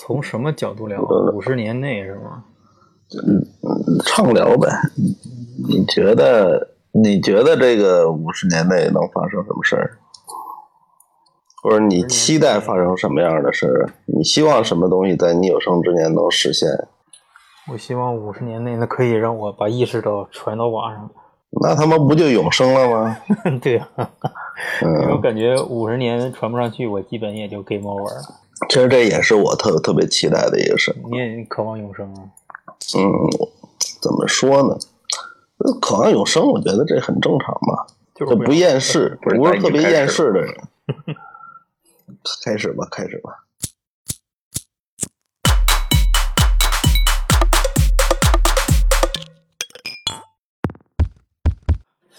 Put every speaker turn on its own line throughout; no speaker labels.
从什么角度聊？
嗯
呃
五十年内是吗？
畅聊呗。你觉得你觉得这个五十年内能发生什么事儿？或者你期待发生什么样的事儿？啊你希望什么东西在你有生之年能实现？
我希望五十年内呢，可以让我把意识都传到网上。
那他妈不就永生了吗？
对呀、啊， 因为我
嗯，
感觉五十年传不上去，我基本也就 game over 了。
其实这也是我特特别期待的一个事儿。
你也渴望永生啊？
嗯，怎么说呢？渴望永生，我觉得这很正常吧。
就是
这不
想
厌世，
不是
不是
咱已
特
经
别
开始
厌
了
世的人。开始吧，开始吧。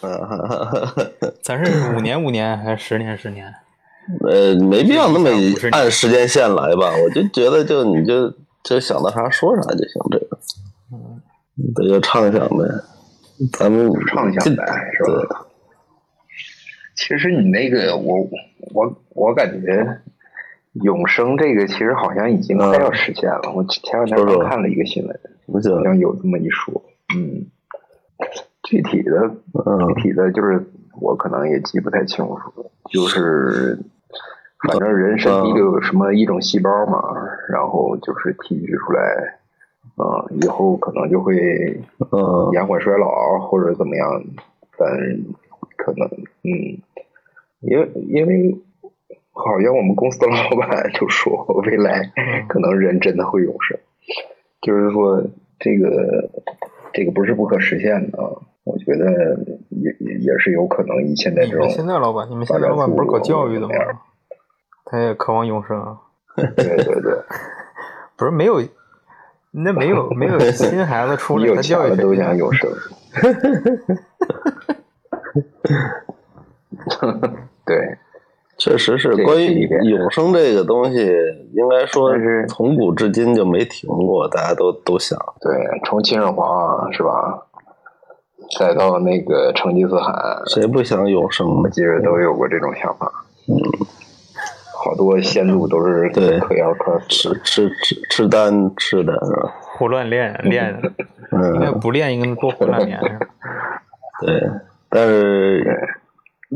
啊哈哈哈哈
咱是五年五年还是十年十年？
呃，没必要那么
不是你
按时间线来吧，我就觉得就你就就想到啥说啥就行，这个，嗯，这就畅想呗，咱们
畅想呗是吧
对
其实你那个，我我我感觉永生这个其实好像已经快要实现了。我前两天
嗯说说
刚看了一个新闻，
不行
好，像有这么一说。嗯，具体的
嗯
具体的就是我可能也记不太清楚，就是反正人身
嗯
体里有什么一种细胞嘛，然后就是提取出来，嗯，以后可能就会
嗯
延缓衰老或者怎么样，但可能嗯，因为因为好像我们公司的老板就说，未来可能人真的会永生，就是说这个这个不是不可实现的，啊，我觉得也也也是有可能以现在
你
这
们
种
现在老板，你们现在老板不是搞教育的吗
发展速度？
他也渴望永生啊？
对对对，
不是没有，那没有没有新孩子出
你
来，
有
他
钱
教育
了
谁
都
去
想永生， 对。
确实是
这个
关
是
于
一点
永生这个东西，应该说
但是
从古至今就没停过，大家都都想，
对，从秦始皇啊是吧？再到那个成吉思汗，
谁不想永生
我
呢？
记着都有过这种想法。嗯，好多先祖都是
对
可要克死。
吃吃吃吃丹吃的是吧？
胡乱练练， 应该
嗯，
不练应该多活两年是吧？
对，但是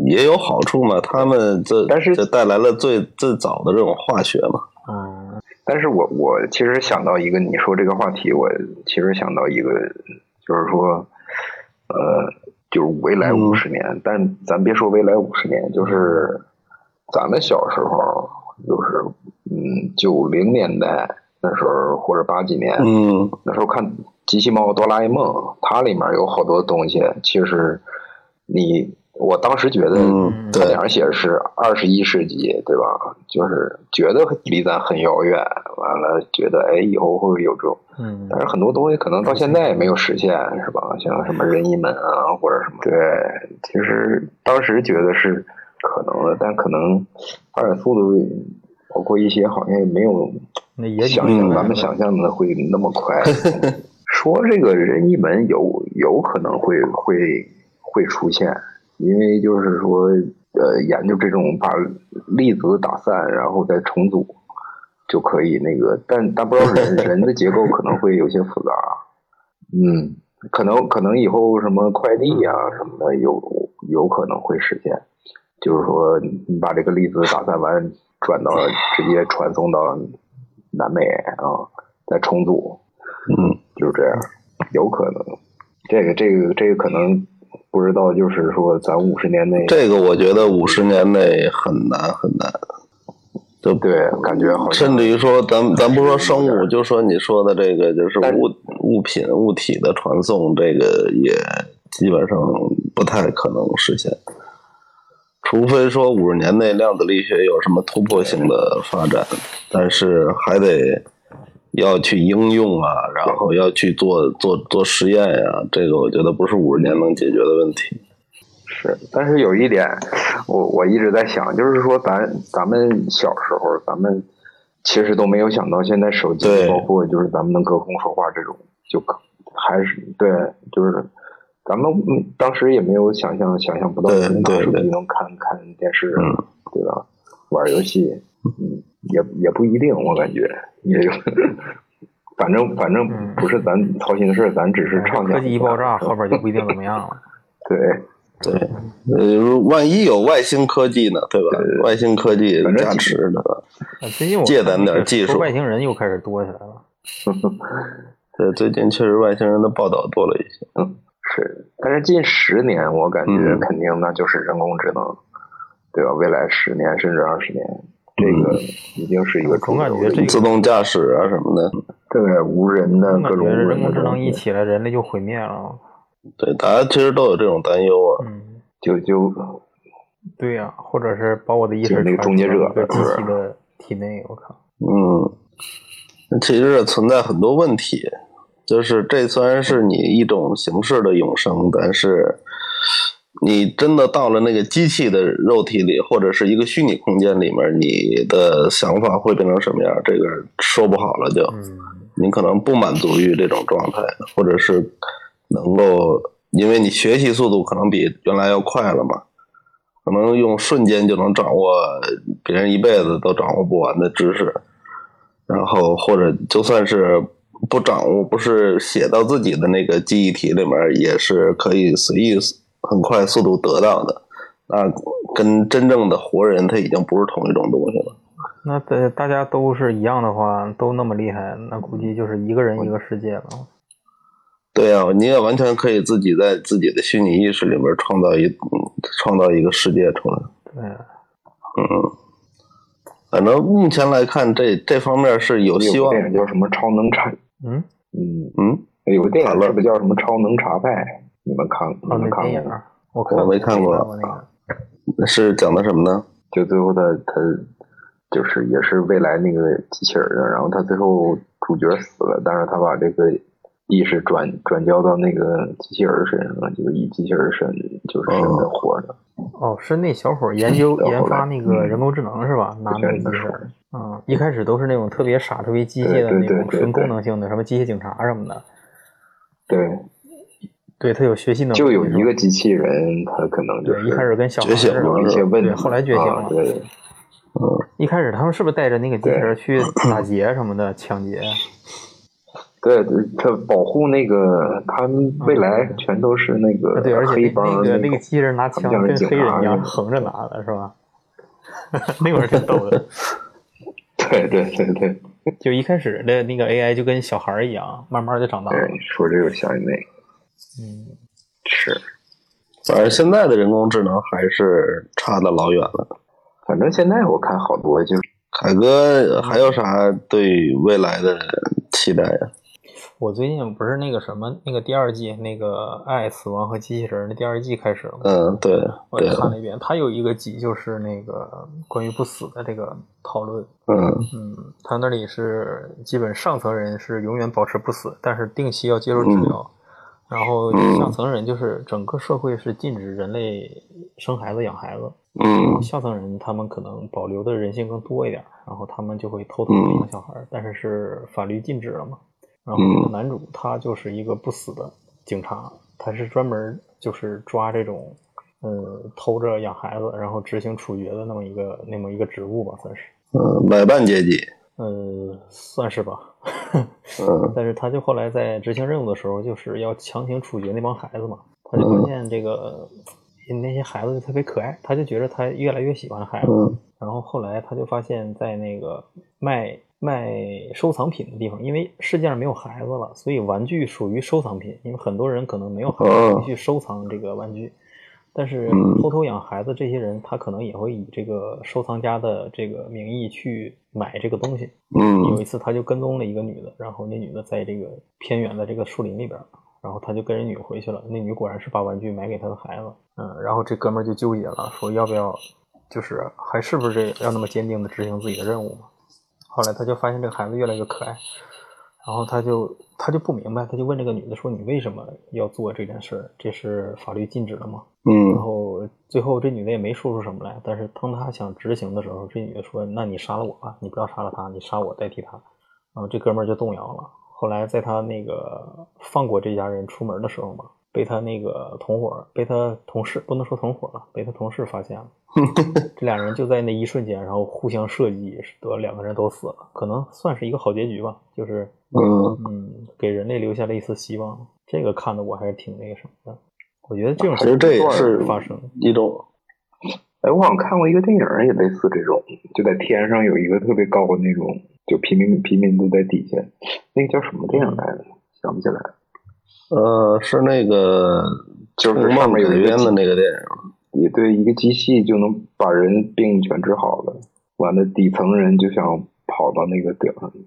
也有好处嘛，他们这
但是
这带来了最最早的这种化学嘛，
嗯，
但是我我其实想到一个，你说这个话题，我其实想到一个，就是说，呃，就是未来
嗯
五十年，但咱别说未来五十年，就是咱们小时候，就是嗯九零年代那时候或者八几年，
嗯
那时候看《机器猫哆啦 A 梦》，它里面有好多东西，其实你我当时觉得
嗯，
它
对
脸，上写的是二十一世纪，对吧？就是觉得离咱很遥远，完了觉得哎，以后会不会有这种？
嗯
但是很多东西可能到现在也没有实现，是吧？像什么任意门啊，或者什么。对，其实当时觉得是可能的，但可能发展速度，包括一些好像也没有
那也
想
挺
象
难
咱们想象的会那么快。说这个任意门有有可能会会会出现，因为就是说，呃，研究这种把粒子打散然后再重组就可以那个，但但不知道人人的结构可能会有些复杂，嗯，可能可能以后什么快递啊
嗯
什么的有有可能会实现，就是说你把这个粒子打散完，转 到直接传送到南美啊，再重组，
嗯，
就是这样，有可能。这个这个这个可能不知道，就是说咱五十年内，
这个我觉得五十年内很难很难，就啊
对，感觉好像
甚至于说，咱咱不说生物，就说你说的这个，就是物物品物体的传送，这个也基本上不太可能实现，除非说五十年内量子力学有什么突破性的发展，但是还得要去应用啊，然后要去做做做实验呀、这个我觉得不是五十年能解决的问题。
是，但是有一点，我我一直在想，就是说咱咱们小时候，咱们其实都没有想到现在手机
对，
包括就是咱们能隔空说话这种，就可还是对，就是咱们嗯当时也没有想象想象不到
对
能拿
对
手机
对
能看看电视啊，对吧？玩儿游戏，嗯，也也不一定，我感觉也有， 反正反正
嗯
不是咱操心的事儿，咱只是畅想下。
科技一爆炸，后边就不一定怎么样了。
对，
对，呃，如万一有外星科技呢，对吧？外星科技
反正
加持的，
啊最近我
借咱点技术
说外星人又开始多起来了。
对，最近确实外星人的报道多了一些。
是。但是近十年，我感觉
嗯
肯定那就是人工智能，对吧？未来十年甚至二十年，这
嗯
个已经是一个主
总感
流
觉
的
这个
自动驾驶啊什么的，
对无人的
我感
嗯各种
觉
无人的
人工智
东
能一
西
起来，人类就毁灭了。
对，大家其实都有这种担忧啊。
嗯，
就就
对呀、或者是把我的意识
就是那个
传
终结者
到一个
是
机器的体内，我靠。
嗯，其实存在很多问题，就是这虽然是你一种形式的永生，但是你真的到了那个机器的肉体里，或者是一个虚拟空间里面，你的想法会变成什么样，这个说不好了就。
嗯，
你可能不满足于这种状态，或者是能够，因为你学习速度可能比原来要快了嘛，可能用瞬间就能掌握别人一辈子都掌握不完的知识，然后或者就算是不掌握，不是写到自己的那个记忆体里面，也是可以随意很快速度得到的。那跟真正的活人，他已经不是同一种东西了。
那大大家都是一样的话，都那么厉害，那估计就是一个人一个世界了。
对呀、你也完全可以自己在自己的虚拟意识里面创造一嗯创造一个世界出来。
对啊呀，
嗯，反正目前来看，这这方面是有希
有
望
个。电影叫什么《超能查》，
嗯，
嗯，
嗯，
有个电
讨
影
论
是不是叫什么《超能查派》？你们看，你
哦，
们
那
看
电影
过吗？
儿我看过
我没看过
那个。
是讲的什么呢？
就最后他他就是也是未来那个机器人儿，然后他最后主角死了，但是他把这个意识转转交到那个机器人儿身上了，就以机器人儿身就是身在活着。
哦，是那小伙儿研究
然后
研发
来
那个人工智能是吧？拿那个
对
机
没
器
错
人，嗯，一开始都是那种特别傻、特别机械的
对
那
对
种
对
纯
对
功能性的，什么机械警察什么的。
对，
对他有学习能力，
就有
是吧
一个机器人，他可能就
对，
是
一开始跟小孩
觉醒
似的
了
有一些问题，
对，后来觉醒
啊
了。
对，
一开始他们是不是带着那个机器
对
人去打劫什么的、抢劫？
对，他保护那个他们未来全都是那
啊
个
嗯对，而且
黑
那
帮
那
的
个那个
种
机器人拿枪
他们
跟
叫
黑
警察
人一
是
样
吧
横着拿的是吧？ 那会儿挺逗的，
对对对对
就一开始的那个 AI 就跟小孩儿一样，慢慢就长大了。
对，哎说这个想起那个
嗯，
是，
反正现在的人工智能还是差的老远了。
反正现在我看好多就是
凯哥还有啥对未来的期待呀、
我最近不是那个什么那个第二季那个《爱、死亡和机器人》的第二季开始了吗？
嗯，对
我
对
也，看了一遍，它有一个集就是那个关于不死的这个讨论。
嗯
嗯，他那里是基本上层人是永远保持不死，但是定期要接受治疗。然后
嗯
上层人就是整个社会是禁止人类生孩子、养孩子。
嗯
下层人他们可能保留的人性更多一点，然后他们就会偷偷地养小孩，但是是法律禁止了嘛。然后
嗯
男主他就是一个不死的警察，他是专门就是抓这种，呃，偷着养孩子，然后执行处决的那么一个那么一个职务吧，算是。
嗯，买办阶级，
呃，算是吧。
嗯
但是他就后来在执行任务的时候，就是要强行处决那帮孩子嘛。他就发现这个、呃那些孩子就特别可爱，他就觉得他越来越喜欢孩子。
嗯
然后后来他就发现，在那个卖卖收藏品的地方，因为世界上没有孩子了，所以玩具属于收藏品。因为很多人可能没有孩子，
哦
必须收藏这个玩具。但是
嗯
偷偷养孩子这些人，他可能也会以这个收藏家的这个名义去买这个东西。有
嗯
一次他就跟踪了一个女的，然后那女的在这个偏远的这个树林里边儿，然后他就跟人女回去了，那女果然是把玩具买给他的孩子，嗯，然后这哥们儿就纠结了，说要不要，就是还是不是这要那么坚定的执行自己的任务嘛？后来他就发现这个孩子越来越可爱，然后他就他就不明白，他就问这个女的说：“你为什么要做这件事儿？这是法律禁止的吗？”然
嗯
后最后这女的也没说出什么来，但是当她想执行的时候，这女的说：“那你杀了我吧，你不要杀了他，你杀我代替他。”然后这哥们儿就动摇了。后来在他那个放过这家人出门的时候嘛，被他那个同伙，被他同事，不能说同伙了，被他同事发现了。这俩人就在那一瞬间，然后互相射击，使得两个人都死了，可能算是一个好结局吧。就是，
嗯
嗯，给人类留下了一丝希望。这个看的我还是挺那个什么的。我觉得这种
其实这也啊是
发生的，
一种
哎，我好像看过一个电影儿也类似这种，就在天上有一个特别高的那种，就平民平民都在底下，那个叫什么电影来着？想不起来。
呃，是那个
就是
梦
上面
改
有一个
编的
机
那个电影，
也对，一个机器就能把人病全治好了。完了，底层人就想跑到那个顶上去。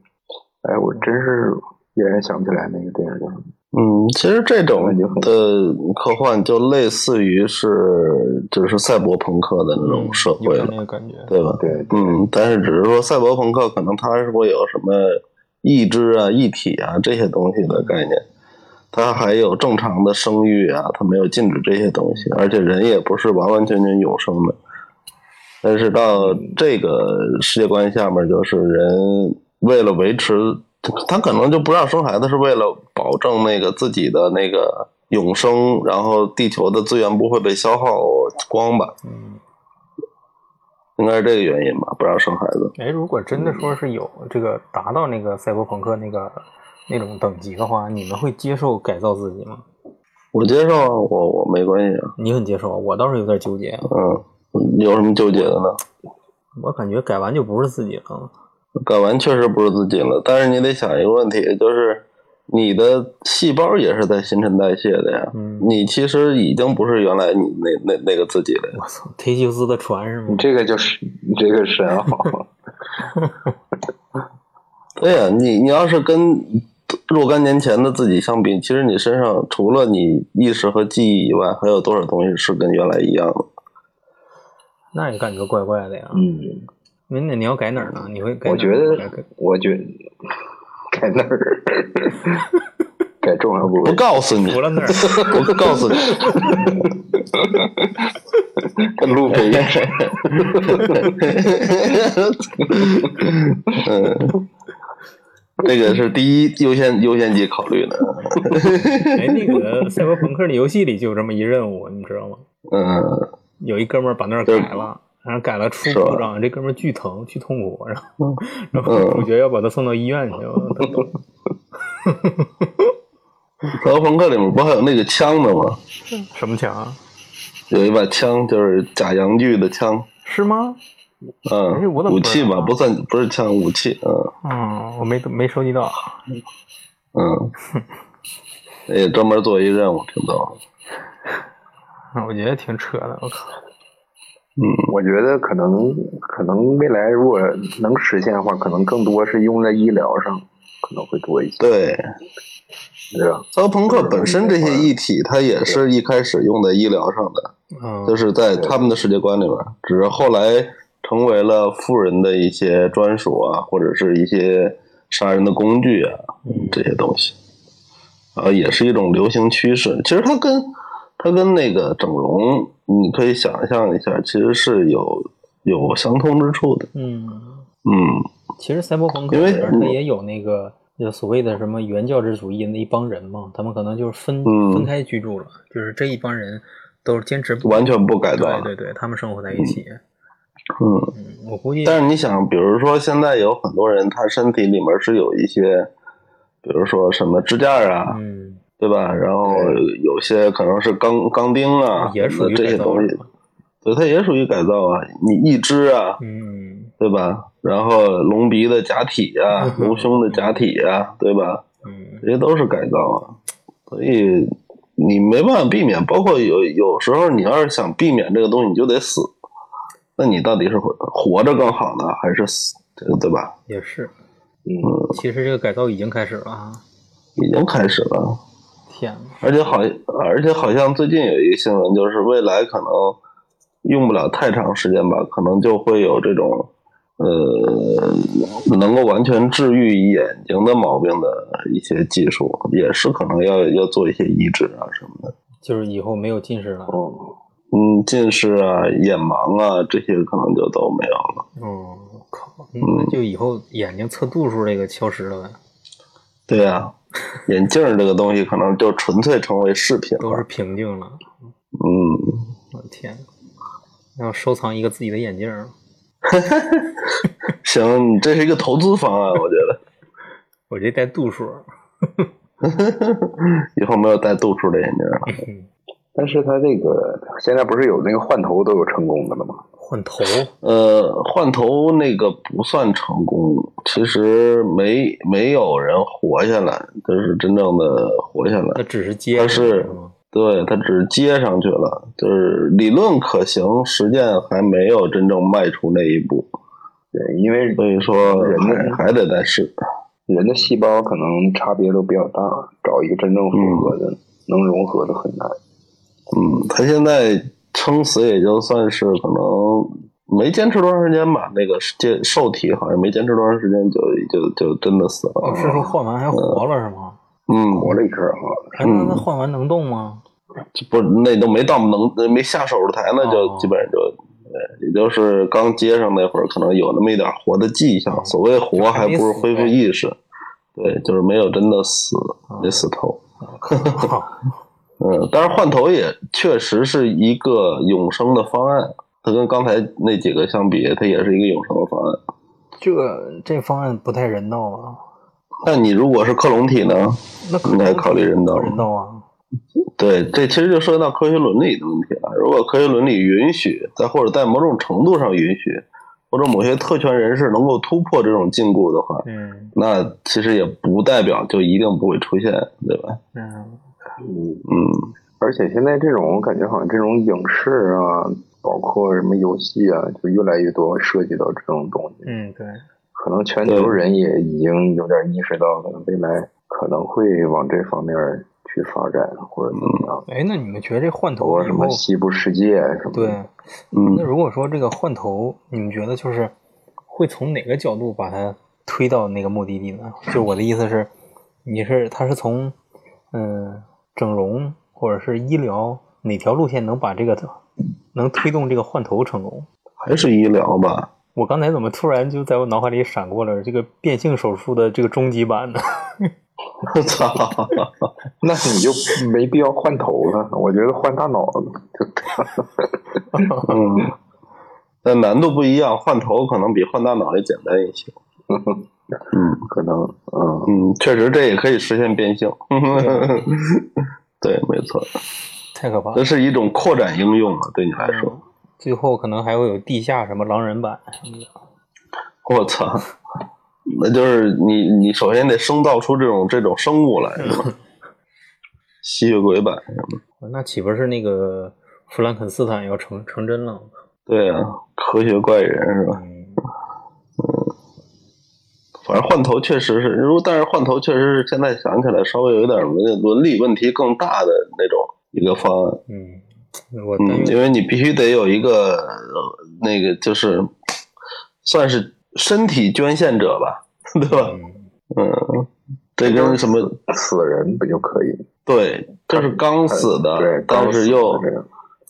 哎，我真是依然想不起来那个电影叫什么。
嗯，其实这种
感觉很
的科幻就类似于是就是赛博朋克的那种社
嗯有
会
点
了，
那个感觉。
对吧？
对，
嗯，但是只是说赛博朋克可能它会有什么意志啊、意体啊这些东西的概念，它还有正常的生育啊，它没有禁止这些东西，而且人也不是完完全全永生的。但是到这个世界观下面，就是人为了维持，他可能就不让生孩子，是为了保证那个自己的那个永生，然后地球的资源不会被消耗光吧，
嗯，
应该是这个原因吧，不让生孩子。
哎，如果真的
嗯
说是有这个达到那个赛博朋克那个那种等级的话，你们会接受改造自己吗？
我接受啊，我我没关系啊，
你很接受啊，我倒是有点纠结啊。
嗯，有什么纠结的呢？
我感觉改完就不是自己了。
改完确实不是自己了，但是你得想一个问题，就是你的细胞也是在新陈代谢的呀，
嗯
你其实已经不是原来你那那那个自己了呀。
我操，忒修斯的船是
你
吗？
这个就是你这个神好，
对呀、你你要是跟若干年前的自己相比，其实你身上除了你意识和记忆以外，还有多少东西是跟原来一样的？
那也感觉怪怪的呀。
嗯。
那那你要改哪儿呢？你会改哪儿？
我觉
改改
得，我觉得 改 那儿，改重要部
不
位，
告诉你
除，了那 儿，
不告诉你。
跟路飞一 样。
嗯，这个是第一优先优先级考虑的。
哎，那个赛博朋克的游戏里就有这么一任务，你知道吗？
嗯，
有一哥们儿把那儿改了，然后改了出
是吧嗯
故障，这哥们儿巨疼巨痛苦，然后然后主角要把他送到医院去，我操
赛博朋克里面不还有那个枪的吗？
什么墙啊？
有一把枪，就是假洋剧的枪，
是吗？哎
嗯，
我怎么
武
不知
器
道
吧，
啊
不算不是枪，武器，嗯
嗯，我没没收集到。
嗯， 也专门做一任务，挺逗。
我觉得挺扯的，我靠！
我觉得可能可能未来如果能实现的话，可能更多是用在医疗上，可能会多一些，
对，
对吧？
赛博朋克本身这些议题，它也是一开始用在医疗上的，
嗯
就是在他们的世界观里面，只是后来成为了富人的一些专属啊，或者是一些杀人的工具啊
嗯
这些东西，啊，也是一种流行趋势。其实它跟它跟那个整容，你可以想象一下，其实是有有相通之处的。
嗯，
嗯，
其实赛博朋克
因为
里边它
嗯
也有那个就所谓的什么原教旨主义那一帮人嘛，他们可能就是分、
嗯
分开居住了，就是这一帮人都是坚持不
完全不改造啊
对。对对，他们生活在一起。
嗯，
嗯，我估计
但是你想，比如说现在有很多人，他身体里面是有一些，比如说什么支架啊，
嗯
对吧？然后
对
有些可能是钢钢钉啊，
也属于
这些
改造
东西
了，
对，它也属于改造啊。你义肢啊，
嗯
对吧？然后隆鼻的假体啊， 隆胸的假体啊，对吧？
嗯
这些都是改造啊，所以你没办法避免。包括有有时候你要是想避免这个东西，你就得死。那你到底是活活着更好呢，还是死？这个对吧？
也是。
嗯，
其实这个改造已经开始了啊！
已经开始了。
天哪，
而且好，而且好像最近有一个新闻，就是未来可能用不了太长时间吧，可能就会有这种呃能够完全治愈眼睛的毛病的一些技术，也是可能要要做一些移植啊什么的。
就是以后没有近视了。
哦，
嗯，近视啊、眼盲啊这些可能就都没有了。
嗯哦，我靠！那就以后眼睛测度数这个消失了呗。
对呀、啊眼镜儿这个东西可能就纯粹成为饰品
都是
了。
瓶颈了。
嗯，
我的天哪，要收藏一个自己的眼镜儿，
行，你这是一个投资方案，我觉得
我这带度数儿。
以后没有戴度数的眼镜儿了。
但是他这个现在不是有那个换头都有成功的了吗？
换头，
呃，换头那个不算成功，其实没没有人活下来，就是真正的活下
那
来。
只是接
但
上
是
吗？
对他只是接上去了，就是理论可行，实践还没有真正迈出那一步，
对，因为
所以说
人
还
呢
还得再试。
人的细胞可能差别都比较大，找一个真正符合的、能融合的很难。
嗯，他现在撑死也就算是可能没坚持多长时间吧，那个接受体好像没坚持多长时间就就就真的死了。
哦，是说换完还活了是吗？
嗯，
活了一阵儿哈，
哎，那那换完能动 吗？
就不那都没到能没下手术台呢，就
哦
基本上就。呃也就是刚接上那会儿，可能有那么一点活的迹象。
嗯
所谓活，
还
还
没
不是
死
恢复
呗哦
意识，对，就是没有真的死，没死透。
好
嗯，但是换头也确实是一个永生的方案，啊它跟刚才那几个相比，它也是一个永生的方案。
这个这方案不太人道吧？
但你如果是克隆体呢？
那可
应该
能
考虑人道
不人道啊。
对，这其实就涉及到科学伦理的问题了。如果科学伦理允许，在或者在某种程度上允许，或者某些特权人士能够突破这种禁锢的话，
嗯
那其实也不代表就一定不会出现，对吧？
嗯，
嗯，
嗯，
而且现在这种我感觉好像这种影视啊，包括什么游戏啊，就越来越多涉及到这种东西。
嗯，对，
可能全球人也已经有点意识到了，未来可能会往这方面去发展，或者怎么
嗯
样，
哎，那你们觉得这换
包
头
括
以
什
后
么，西部世界什么的。
对，
嗯
那如果说这个换头，你们觉得就是会从哪个角度把它推到那个目的地呢？就是我的意思是，你是它是从嗯、整容或者是医疗哪条路线能把这个能推动这个换头成功？
还是医疗吧。
我刚才怎么突然就在我脑海里闪过了这个变性手术的这个终极版 呢？
操，
那你就没必要换头了，我觉得换大脑了就得了。
嗯，但难度不一样，换头可能比换大脑也简单一些。嗯
可能，嗯，
嗯，确实这也可以实现变性。
啊
对，没错，
太可怕了
这！是一种扩展应用啊了，对你来说。
嗯最后可能还会有地下什么狼人版什么的。
我操，那就是你你首先得生造出这种这种生物来，是吧？ 吸血鬼版什么？
那岂不是那个弗兰肯斯坦要成成真了？
对啊，科学怪人是吧？
嗯，
反正换头确实是，如但是换头确实是现在想起来稍微有一点伦伦理问题更大的那种一个方案。
嗯，我担
嗯，因
忧。
为你必须得有一个呃那个，就是算是身体捐献者吧， 对吧？
嗯
嗯，这跟什么
死人不就可以？
对，就是刚死
对
的，，
刚
但
死
是又
的人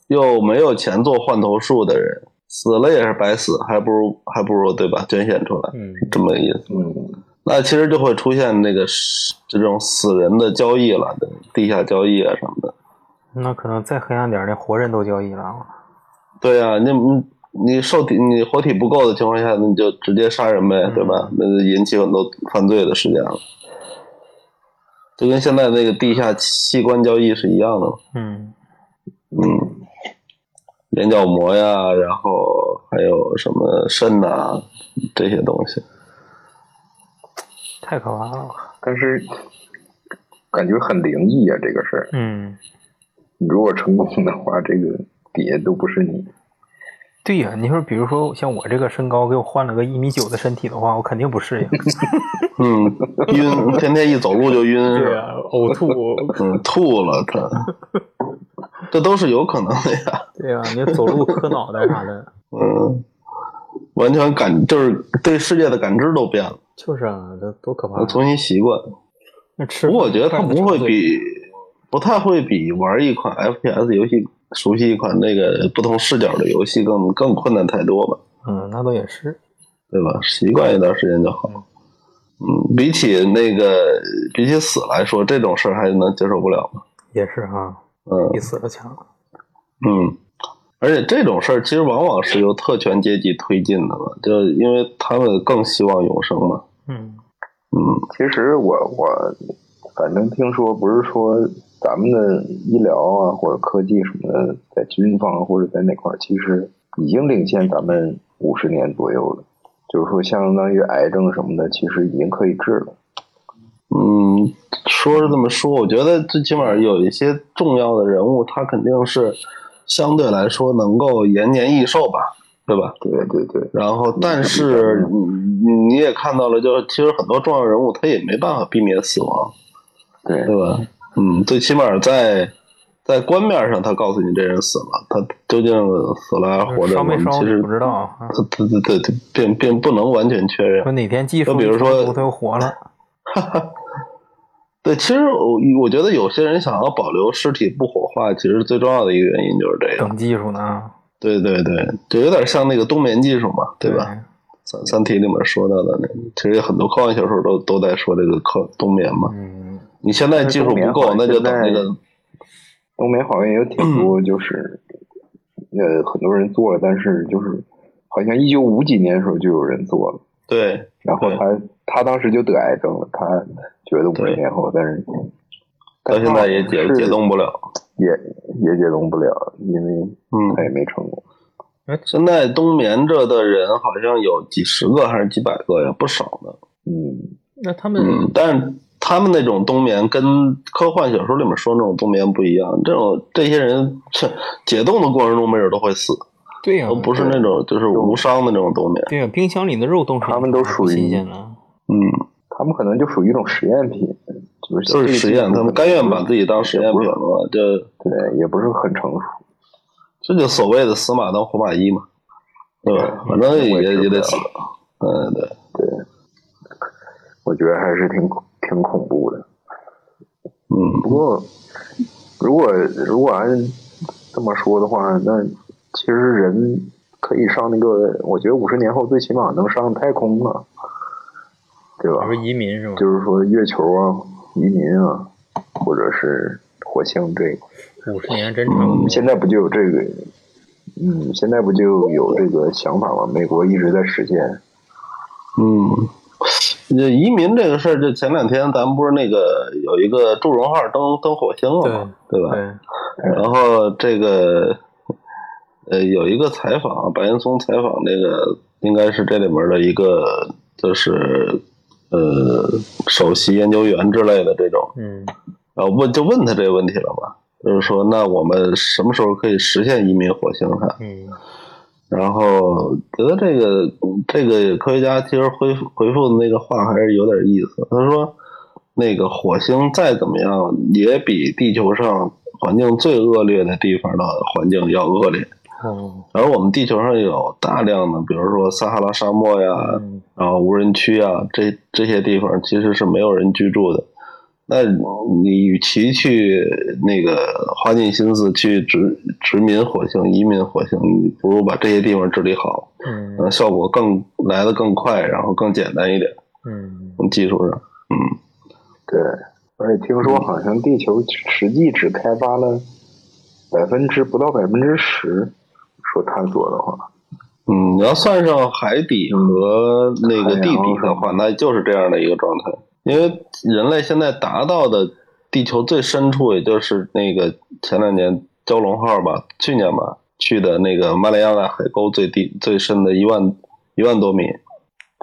又没有钱做换头术的人，死了也是白死，还不如还不如对吧？捐献出来，
嗯，
这么个意思。
嗯，
那其实就会出现那个是这种死人的交易了，对地下交易啊什么的。
那可能再黑暗点儿，连活人都交易了啊。
对啊，那你你受体你活体不够的情况下，那你就直接杀人呗，对吧？那就引起很多犯罪的事件了，就跟现在那个地下器官交易是一样的嘛，
嗯，
嗯，眼角膜呀，然后还有什么肾呐、这些东西，
太可怕了。
但是感觉很灵异啊，这个事儿。
嗯，
你如果成功的话，这个底下都不是你。
对呀、你说比如说像我这个身高，给我换了个一米九的身体的话，我肯定不 适应。
嗯，晕，天天一走路就晕，是吧？
呀、呕吐。
嗯，吐了他，这都是有可能的呀。
对呀、你走路磕脑袋啥的。
嗯，完全感就是对世界的感知都变了，
就是啊，这多可怕、
我重新习惯。
那吃饭，
不过我觉得它
饭
不会
成罪
比，不太会比玩一款 FPS 游戏、熟悉一款那个不同视角的游戏更更困难太多吧，
嗯，那倒也是。
对吧？习惯一段时间就好。嗯，比起那个比起死来说，这种事儿还能接受不了吗？
也是哈，
嗯
比死了强。
嗯，而且这种事儿其实往往是由特权阶级推进的嘛，就因为他们更希望永生嘛。
嗯
嗯
其实我我反正听说，不是说咱们的医疗啊或者科技什么的，在军方啊或者在哪块儿，其实已经领先咱们五十年左右了。就是说，相当于癌症什么的，其实已经可以治了。
嗯，说是这么说，我觉得最起码有一些重要的人物，他肯定是相对来说能够延年益寿吧，对吧？
对对对，
然后，但是你你也看到了，就是其实很多重要人物他也没办法避免死亡，
对
对吧？嗯，最起码在在官面上，他告诉你这人死了，他究竟死了还是活着，
烧嗯
我
没
们
烧
其实
不知道啊。
他他他他他并并不能完全确认
说。哪天技术
就比如
一成
说
熟他又活了，
对，其实我我觉得有些人想要保留尸体不火化，其实最重要的一个原因就是这个。
等技术呢啊，
对对对，就有点像那个冬眠技术嘛，对
对
吧？？三三体》里面说到的那个，其实很多科幻小说都都在说这个科冬眠嘛。
嗯，
你现在技术不够，
但
那
是
就
冬
等那
眠好像现在
个
东北好像有挺多，就是、呃很多人做了，但是就是好像一九五几年的时候就有人做了。
对
然后他他当时就得癌症了，他觉得五十年后，但是
到现在也解
但是
解冻不了。
也也解冻不了，因为他
嗯，
也没成功。
现在冬眠着的人好像有几十个还是几百个呀，不少呢。
嗯，
那他们
嗯，但是他们那种冬眠跟科幻小说里面说那种冬眠不一样，这种这些人是解冻的过程中没准都会死，
对
嗯
呀
都，不是那种就是无伤的那种冬眠。
对呀，冰箱里的肉冻是
他们都属于
新鲜的，啊
嗯，
他们可能就属于一种实验品，就是
就是实验，他们甘愿把自己当实验品
也不
了，这
是对，也不是很成熟。
这就所谓的死马当活马医嘛，对吧？反正也也也得死。嗯，对，
我觉得还是挺挺恐怖的。
嗯
不过，如果如果按这么说的话，那其实人可以上那个，我觉得五十年后最起码能上太空了，对吧
不？是移民是吗？
就是说月球啊、移民啊，或者是火星这个，
五十年真长，
现在不就有这个？嗯，现在不就有这个想法吗？美国一直在实现。
嗯。这移民这个事儿，就前两天咱们不是那个有一个祝融号登登火星了嘛，对吧？
对，
然后这个呃，有一个采访，白岩松采访那个应该是这里面的一个，就是呃首席研究员之类的这种，
嗯
然后呃问就问他这个问题了嘛，就是说那我们什么时候可以实现移民火星上？
嗯
然后觉得这个这个科学家其实回复回复的那个话还是有点意思。他说，那个火星再怎么样，也比地球上环境最恶劣的地方的环境要恶劣。
哦
而我们地球上有大量的，比如说撒哈拉沙漠呀，
嗯
然后无人区啊，这这些地方其实是没有人居住的。那你与其去那个花尽心思去殖殖民火星、移民火星，你不如把这些地方治理好，
嗯
呃，效果更来得更快，然后更简单一点，
嗯，
从技术上。嗯，
对，而且听说好像地球实际只开发了百分之不到百分之十，说探索的话，
嗯，你要算上海底和那个地底的话，那就是这样的一个状态。因为人类现在达到的地球最深处，也就是那个前两年蛟龙号吧，去年吧去的那个马里亚纳海沟最低最深的一万一万多米，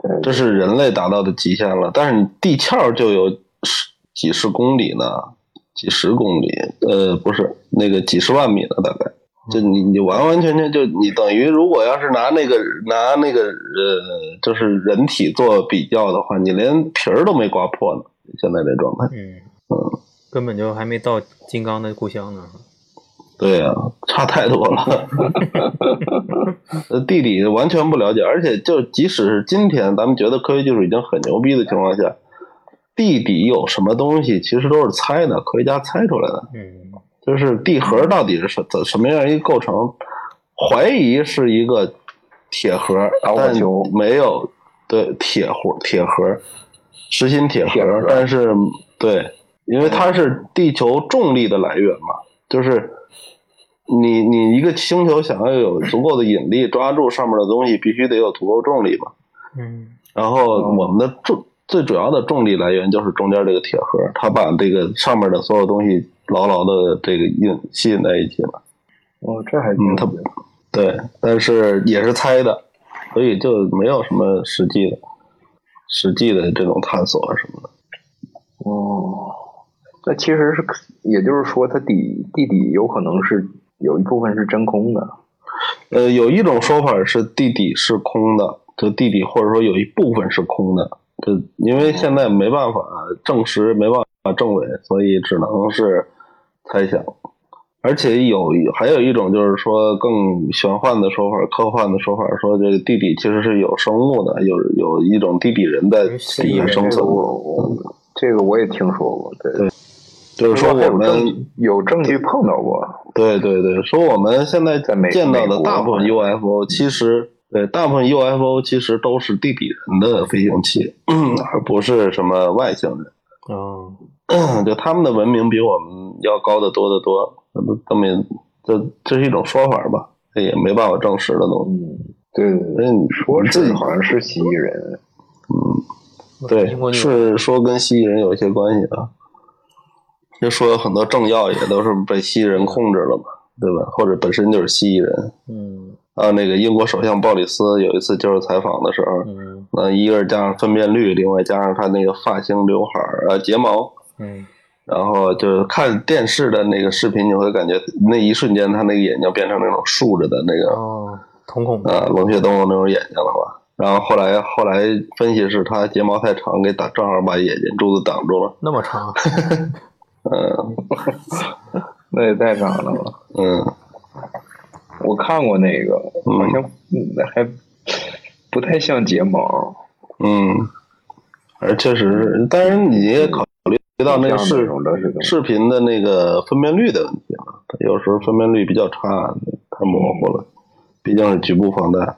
对，
这是人类达到的极限了。但是你地壳就有十几十公里呢，几十公里，呃，不是那个几十万米呢，大概。就你你完完全全就你等于，如果要是拿那个拿那个呃，就是人体做比较的话，你连皮儿都没刮破呢。现在这状态，
嗯，根本就还没到金刚的故乡呢。
对呀、差太多了。呃地理完全不了解，而且就即使是今天咱们觉得科学技术已经很牛逼的情况下，地底有什么东西其实都是猜的，科学家猜出来的。
嗯
就是地核到底是什怎什么样一个构成，怀疑是一个铁盒，
打火
但
球
没有对铁盒铁盒实心铁盒，
铁盒
但是对，因为它是地球重力的来源嘛，就是你你一个星球想要有足够的引力抓住上面的东西，必须得有足够重力嘛。
嗯
然后我们的重最主要的重力来源就是中间这个铁盒，它把这个上面的所有东西牢牢的这个引吸引在一起了。
哦，这还
嗯，
挺
它对，但是也是猜的，所以就没有什么实际的、实际的这种探索啊什么的。
哦，那其实是，也就是说，它底地底有可能是有一部分是真空的。
呃，有一种说法是地底是空的，就地底或者说有一部分是空的，就因为现在没办法证实，没办法证伪，所以只能是猜想。而且有还有一种就是说更玄幻的说法、科幻的说法，说这个地底其实是有生物的，有有一种地底人在
有蜥蜴
里面
人
生
哎这个
存，
我我这个我也听说过，对，
对就是说
还
我
有
们
证有证据碰到过，
对对对，说我们现在
在美
见到
美
的
国
大部分 UFO，其实对大部分 UFO 其实都是地底人的飞行器， 而不是什么外星人。
哦，
就他们的文明比我们要高得多得多，呃这么这这是一种说法吧，这也没办法证实的东西。
嗯，对对
所
对，
以你
说
你自
是
己
好像是蜥蜴人，
英国
对
女
是说跟蜥蜴人有一些关系啊，就说有很多政要也都是被蜥蜴人控制了嘛，对吧？或者本身就是蜥蜴人。
嗯
啊，那个英国首相鲍里斯有一次接受采访的时候，
嗯
那一个是加上分辨率，另外加上他那个发型、刘海儿啊、睫毛，
嗯
然后就是看电视的那个视频，你会感觉那一瞬间他那个眼睛变成那种竖着的那个
哦，瞳孔
啊冷血动物那种眼睛了嘛。然后后来后来分析是他睫毛太长，给挡正好把眼睛珠子挡住了。
那么长，
那也太长了吧？
嗯，
我看过那个，
嗯
好像嗯还不太像睫毛，
嗯，而确实是，当然你也考虑到那个
像
视
种的这种
视频的那个分辨率的问题啊，它有时候分辨率比较差，太模糊了，毕竟是局部放大。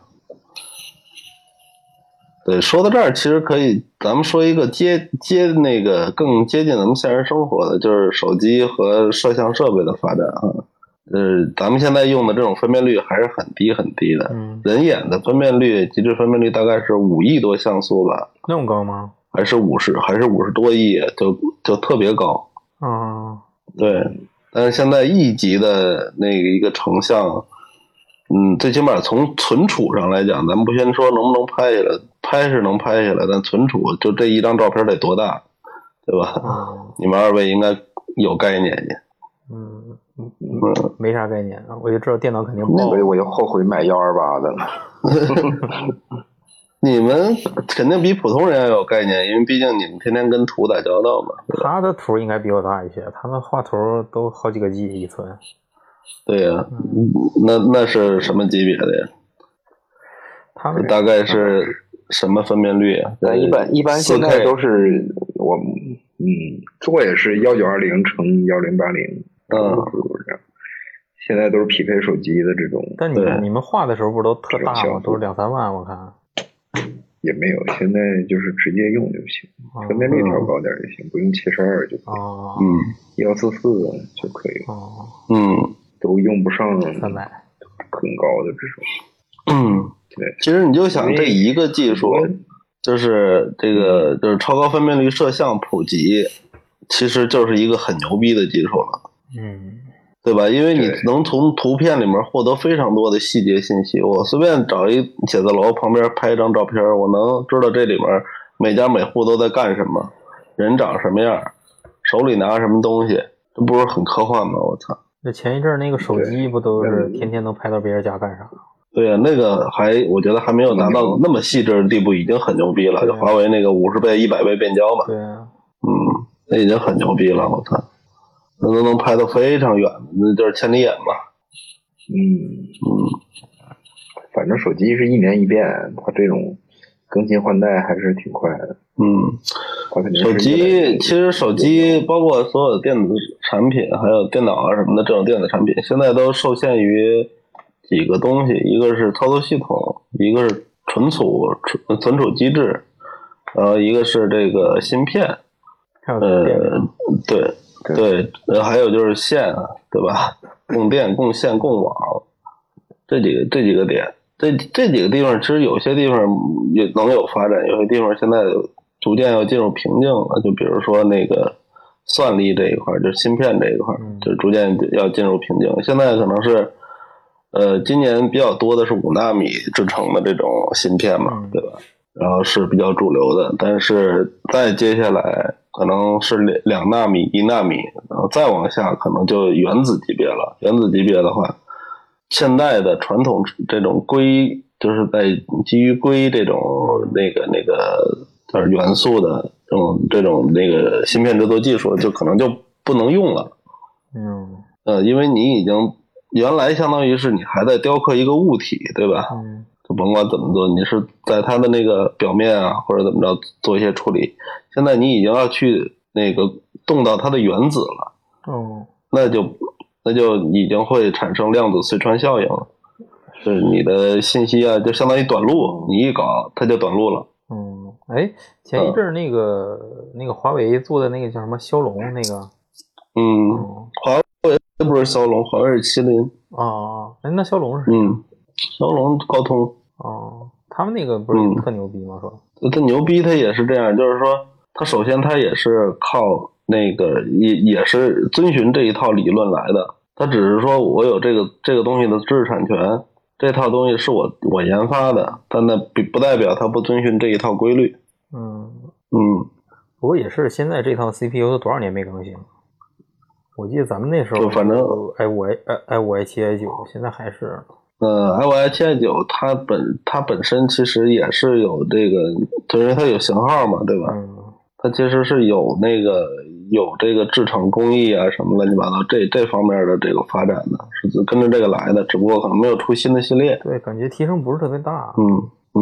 对，说到这儿，其实可以，咱们说一个接接那个更接近咱们现实生活的，就是手机和摄像设备的发展啊。呃，咱们现在用的这种分辨率还是很低很低的，
嗯，
人眼的分辨率极致分辨率大概是五亿多像素吧，
那么高吗？
还是五十，还是五十多亿，就就特别高。
哦，
对，但是现在一级的那个一个成像，嗯，最起码从存储上来讲，咱们不先说能不能拍下来，拍是能拍下来，但存储就这一张照片得多大，对吧？
哦，
你们二位应该有概念也，
嗯嗯嗯，没啥概念啊，我就知道电脑肯定爆
所以，
哦
我就后悔买幺二八的了。
你们肯定比普通人要有概念，因为毕竟你们天天跟图打交道嘛。
他的图应该比我大一些，他们画图都好几个 G 一寸，
对呀、嗯那那是什么级别的呀？
他们
大概是什么分辨率啊？
但一般一般现在
4K
都是我嗯做也是幺九二零乘幺零八零，
嗯，
现在都是匹配手机的这种
但你
对
们你们画的时候不是都特大
这种
吗
效？果
都是两三万，我看。
也没有，现在就是直接用就行，
哦
分辨率调高点就行，不用七十二就
哦
嗯
幺四四就可以了，
哦，
嗯。
都用不上
三百。
很高的这种。
嗯，
对，
其实你就想
因
这
为
一个技术，
嗯
就是这个就是超高分辨率摄像普及，其实就是一个很牛逼的技术了，
嗯
对吧？因为你
对
能从图片里面获得非常多的细节信息。我随便找一写字楼旁边拍一张照片，我能知道这里面每家每户都在干什么，人长什么样，手里拿什么东西，这不是很科幻吗？我操！
那前一阵儿那个手机不都是
对
天天能拍到别人家干啥？
对啊，那个还我觉得还没有达到那么细致的地步，已经很牛逼了。
对
就华为那个五十倍、一百倍变焦嘛，
对啊，
嗯，那已经很牛逼了。我操，那都能拍到非常远，那就是千里眼嘛。
嗯，
嗯，
反正手机是一年一变，它这种更新换代还是挺快的，
嗯，
它肯定是
手
越来越
机其实手机包括所有电子产品，还有电脑啊什么的这种电子产品，现在都受限于几个东西，一个是操作系统，一个是呃存储存存储机制，然后一个是这个芯片。
还有电
呃
量，，
对对，呃，还有就是线啊，对吧？供电、供线、供网，这几个这几个点，这这几个地方，其实有些地方也能有发展，有些地方现在逐渐要进入瓶颈了。就比如说那个算力这一块儿，就是芯片这一块儿
嗯，
就逐渐要进入瓶颈。现在可能是。呃，今年比较多的是五纳米制成的这种芯片嘛，
嗯
对吧？然后是比较主流的，但是再接下来可能是两两纳米、一纳米，然后再往下可能就原子级别了。原子级别的话，现代的传统这种硅，就是在基于硅这种那个那个就是元素的这种这种那个芯片制作技术，就可能就不能用了。
嗯
呃，因为你已经原来相当于是你还在雕刻一个物体，对吧？
嗯
就甭管怎么做，你是在它的那个表面啊，或者怎么着做一些处理。现在你已经要去那个动到它的原子了，
哦，
那就那就已经会产生量子隧穿效应了，就是你的信息啊，就相当于短路，你一搞它就短路了。
嗯，哎，前一阵儿那个、那个华为做的那个叫什么骁龙那个，
嗯，
嗯，
这不是骁龙，华为是麒麟。
哦哦，哎，那骁龙是谁
嗯，骁龙高通。
哦，他们那个不是
嗯
特牛逼吗？说，
他牛逼，他也是这样，就是说，他首先他也是靠那个也也是遵循这一套理论来的，他只是说我有这个这个东西的知识产权，这套东西是我我研发的，但那不不代表他不遵循这一套规律。
嗯，
嗯，
不过也是现在这套 CPU 都多少年没更新了？我记得咱们那时候，
就反正
哎五 i 哎哎五 i 七 i 九，现在还是
呃，i y 七 i 九它本它本身其实也是有这个，就是因为它有型号嘛，对吧？
嗯
它其实是有那个有这个制成工艺啊什么乱七八糟这这方面的这个发展的，是跟着这个来的，只不过可能没有出新的系列。
对，感觉提升不是特别大。
嗯嗯，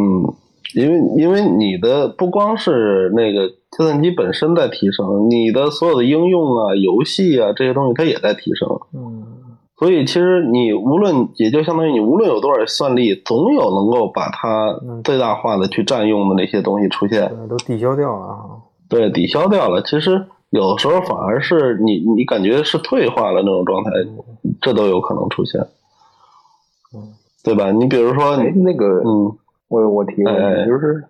因为因为你的不光是那个计算机本身在提升，你的所有的应用啊、游戏啊这些东西它也在提升，
嗯
所以其实你无论也就相当于你无论有多少算力，总有能够把它
嗯
最大化的去占用的那些东西出现。
对，都抵消掉了啊。
对，抵消掉了。其实有时候反而是你你感觉是退化了那种状态，这都有可能出现
嗯，
对吧？你比如说，
哎，那个，
嗯
我我提一个问
哎
题，就是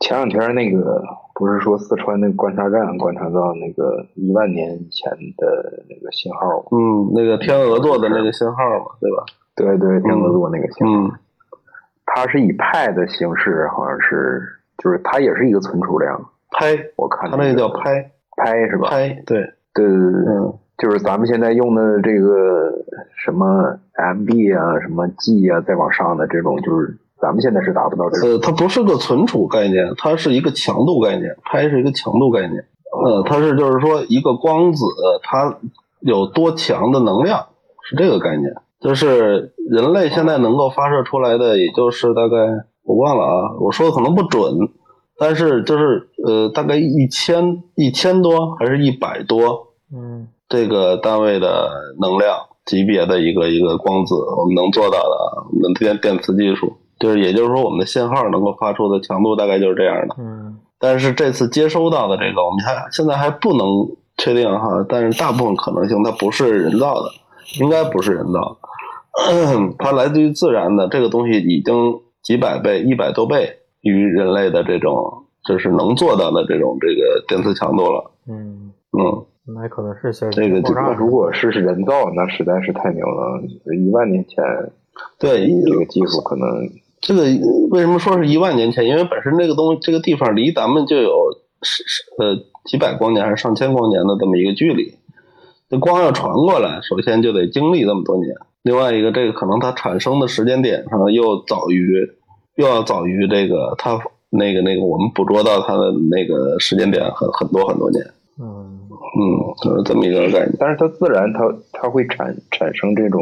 前两天那个不是说四川那个观察站观察到那个一万年以前的那个信号吗？
嗯，那个天鹅座的那个信号嘛，对吧？
对对，天鹅座那个信号，
嗯
它是以派的形式，好像是就是它也是一个存储量，
拍，
我看
它那个叫
拍
拍
拍是吧？
拍，对，
对对对对，
嗯
就是咱们现在用的这个什么 MB 啊、什么 G 啊，再往上的这种，就是咱们现在是达不到这种。
呃，它不是个存储概念，它是一个强度概念，拍是一个强度概念，呃，它是就是说一个光子它有多强的能量是这个概念，就是人类现在能够发射出来的，也就是大概我忘了啊，我说的可能不准，但是就是呃，大概一千一千多还是一百多
嗯
这个单位的能量级别的一个一个光子，我们能做到的啊，我们的电电磁技术。就是，也就是说，我们的信号能够发出的强度大概就是这样的。
嗯
但是这次接收到的这个，我们还现在还不能确定哈，但是大部分可能性它不是人造的，应该不是人造的， 它来自于自然的。这个东西已经几百倍、一百多倍于人类的这种就是能做到的这种这个电磁强度了。
嗯，
嗯，
那可能是小
这个
爆炸
那
了
如果是是人造，那实在是太牛了。一万年前
对，一
这个技术可能
这个为什么说是一万年前？因为本身这个东这个地方离咱们就有是是呃几百光年还是上千光年的这么一个距离，这光要传过来，首先就得经历这么多年。另外一个，这个可能它产生的时间点上又早于，又要早于这个它那个那个我们捕捉到它的那个时间点很很多很多年，
嗯
嗯，就是这么一个概念。
但是它自然它它会产产生这种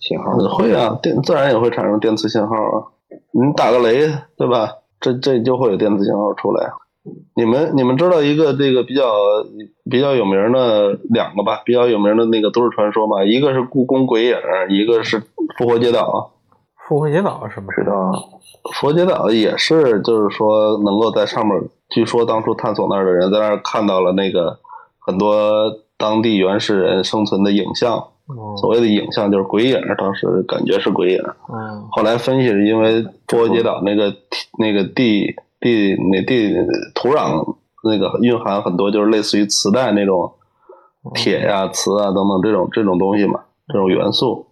信号。
嗯会啊，电自然也会产生电磁信号啊。你打个雷，对吧？这这就会有电磁信号出来。啊你们你们知道一个这个比较比较有名的两个吧，比较有名的那个都市传说吧，一个是故宫鬼影，一个是复活节岛。
复活节岛是什么？
知道
复活节岛也是，就是说能够在上面据说当初探索那儿的人在那儿看到了那个很多当地原始人生存的影像，
哦
所谓的影像就是鬼影儿，当时感觉是鬼影儿。
嗯
后来分析是因为波杰岛那个那个地地那地土壤那个蕴含很多就是类似于磁带那种铁呀、磁啊等等这种这种东西嘛，这种元素。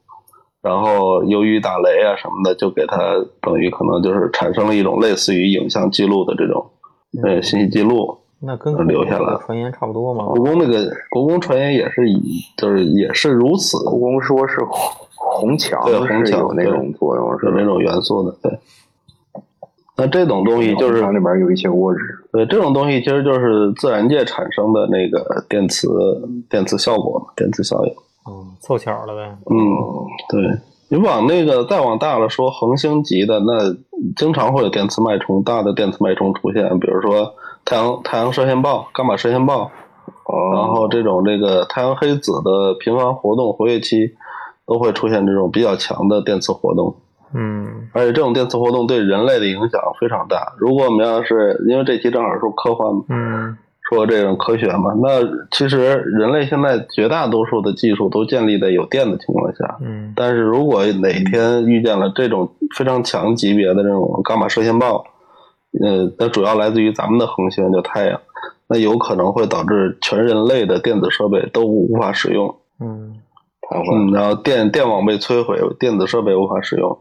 然后由于打雷啊什么的，就给它等于可能就是产生了一种类似于影像记录的这种呃信息记录。
那跟
能留下来嗯
传言差不多嘛。
故宫那个故宫传言也是以就是也是如此
故宫说是红红墙
对红
是
墙
有那种作用，是
有
吧
这？种元素的，对。那这种东西就是
红墙里边有一些窝质，
对，这种东西其实就是自然界产生的那个电磁电磁效果嘛，电磁效应。
嗯，凑巧了呗。
嗯，对。你往那个再往大了说，恒星级的那经常会有电磁脉冲，大的电磁脉冲出现，比如说太阳太阳射线暴、伽马射线暴，然
哦，
后这种这个太阳黑子的频繁活动、活跃期，都会出现这种比较强的电磁活动。
嗯
而且这种电磁活动对人类的影响非常大。如果我们要是因为这期正好是科幻嘛，
嗯
说这种科学嘛，那其实人类现在绝大多数的技术都建立在有电的情况下。
嗯
但是如果哪天遇见了这种非常强级别的这种伽马射线暴，呃，那主要来自于咱们的恒星，就太阳，那有可能会导致全人类的电子设备都无法使用，
嗯，
瘫痪，
嗯，然后电电网被摧毁，电子设备无法使用。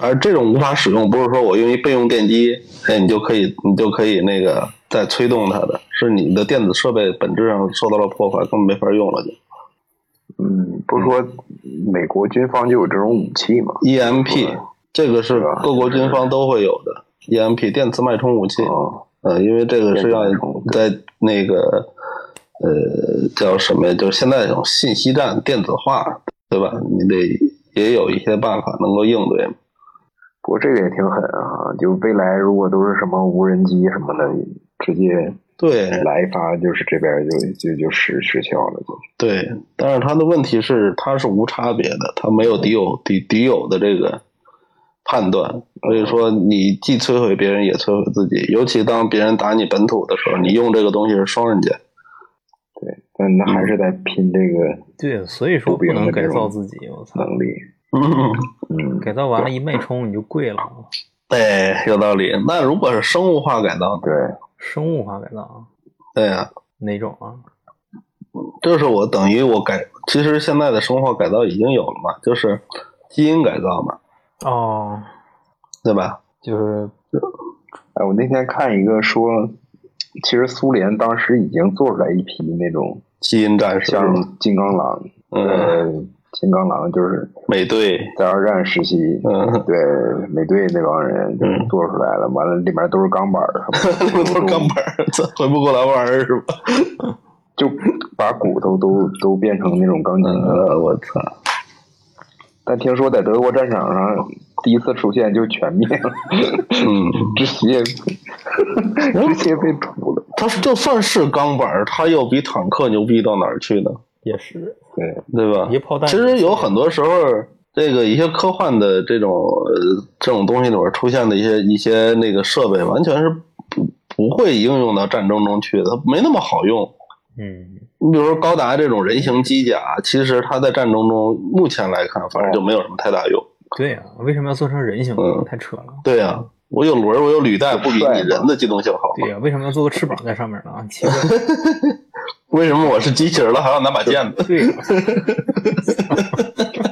而这种无法使用，不是说我用一备用电机，哎，你就可以，你就可以那个再催动它的，是你的电子设备本质上受到了破坏，根本没法用了就。
嗯，不是说美国军方就有这种武器吗？
EMP E 这个是
是吧
各国军方都会有的 EMP 电磁脉冲武器，
哦，
呃，因为这个是要
电磁脉冲
在那个呃叫什么呀？就是现在这种信息战电子化，对吧？你得也有一些办法能够应对。
不过这个也挺狠啊！就未来如果都是什么无人机什么的，直接
对
来一发，就是这边就就就失失效了，就
对，但是它的问题是它是无差别的，它没有敌友敌敌友的这个判断，所以说你既摧毁别人也摧毁自己，尤其当别人打你本土的时候，你用这个东西是双刃剑。
但那
嗯
还是在拼这个
对，所以说
不
不
明白
能改
这
造
种
自己。我操，
能力。
嗯，
嗯，
改造完了，一脉冲你就跪了。
对，有道理。那如果是生物化改造呢？
对，
生物化改造啊，
对呀、
哪种啊？
这是我等于我改，其实现在的生物化改造已经有了嘛，就是基因改造嘛，
哦，
对吧？
就是
哎，我那天看一个说，其实苏联当时已经做出来一批那种
基因战士嘛，
像金刚狼，
嗯
呃，金刚狼就是
美队，
在二战时期，
嗯
对美队那帮人就
嗯
做出来了，完了里面都是钢板儿什
那
么
不 都
的，
是钢板儿，这回不过来玩儿是吧？
就把骨头都都变成那种钢筋了。
呃，我操！
但听说在德国战场上第一次出现就全灭了，
嗯，
直 接直接被屠了。
他就算是钢板儿，他又比坦克牛逼到哪儿去呢？
也是
对，
对吧？
一炮弹
其实有很多时候，这个一些科幻的这种呃这种东西里边出现的一些一些那个设备，完全是不不会应用到战争中去的，它没那么好用。
嗯，
你比如说高达这种人形机甲，其实它在战争中目前来看，反正就没有什么太大用。
对呀、为什么要做成人形呢？
嗯
太扯了。
对呀、我有轮儿，我有履带，不比
帅
你
嘛
人的机动性好吗
对啊呀、为什么要做个翅膀在上面呢？啊，奇怪。
为什么我是机器人了，还要拿把剑呢？
对啊呀、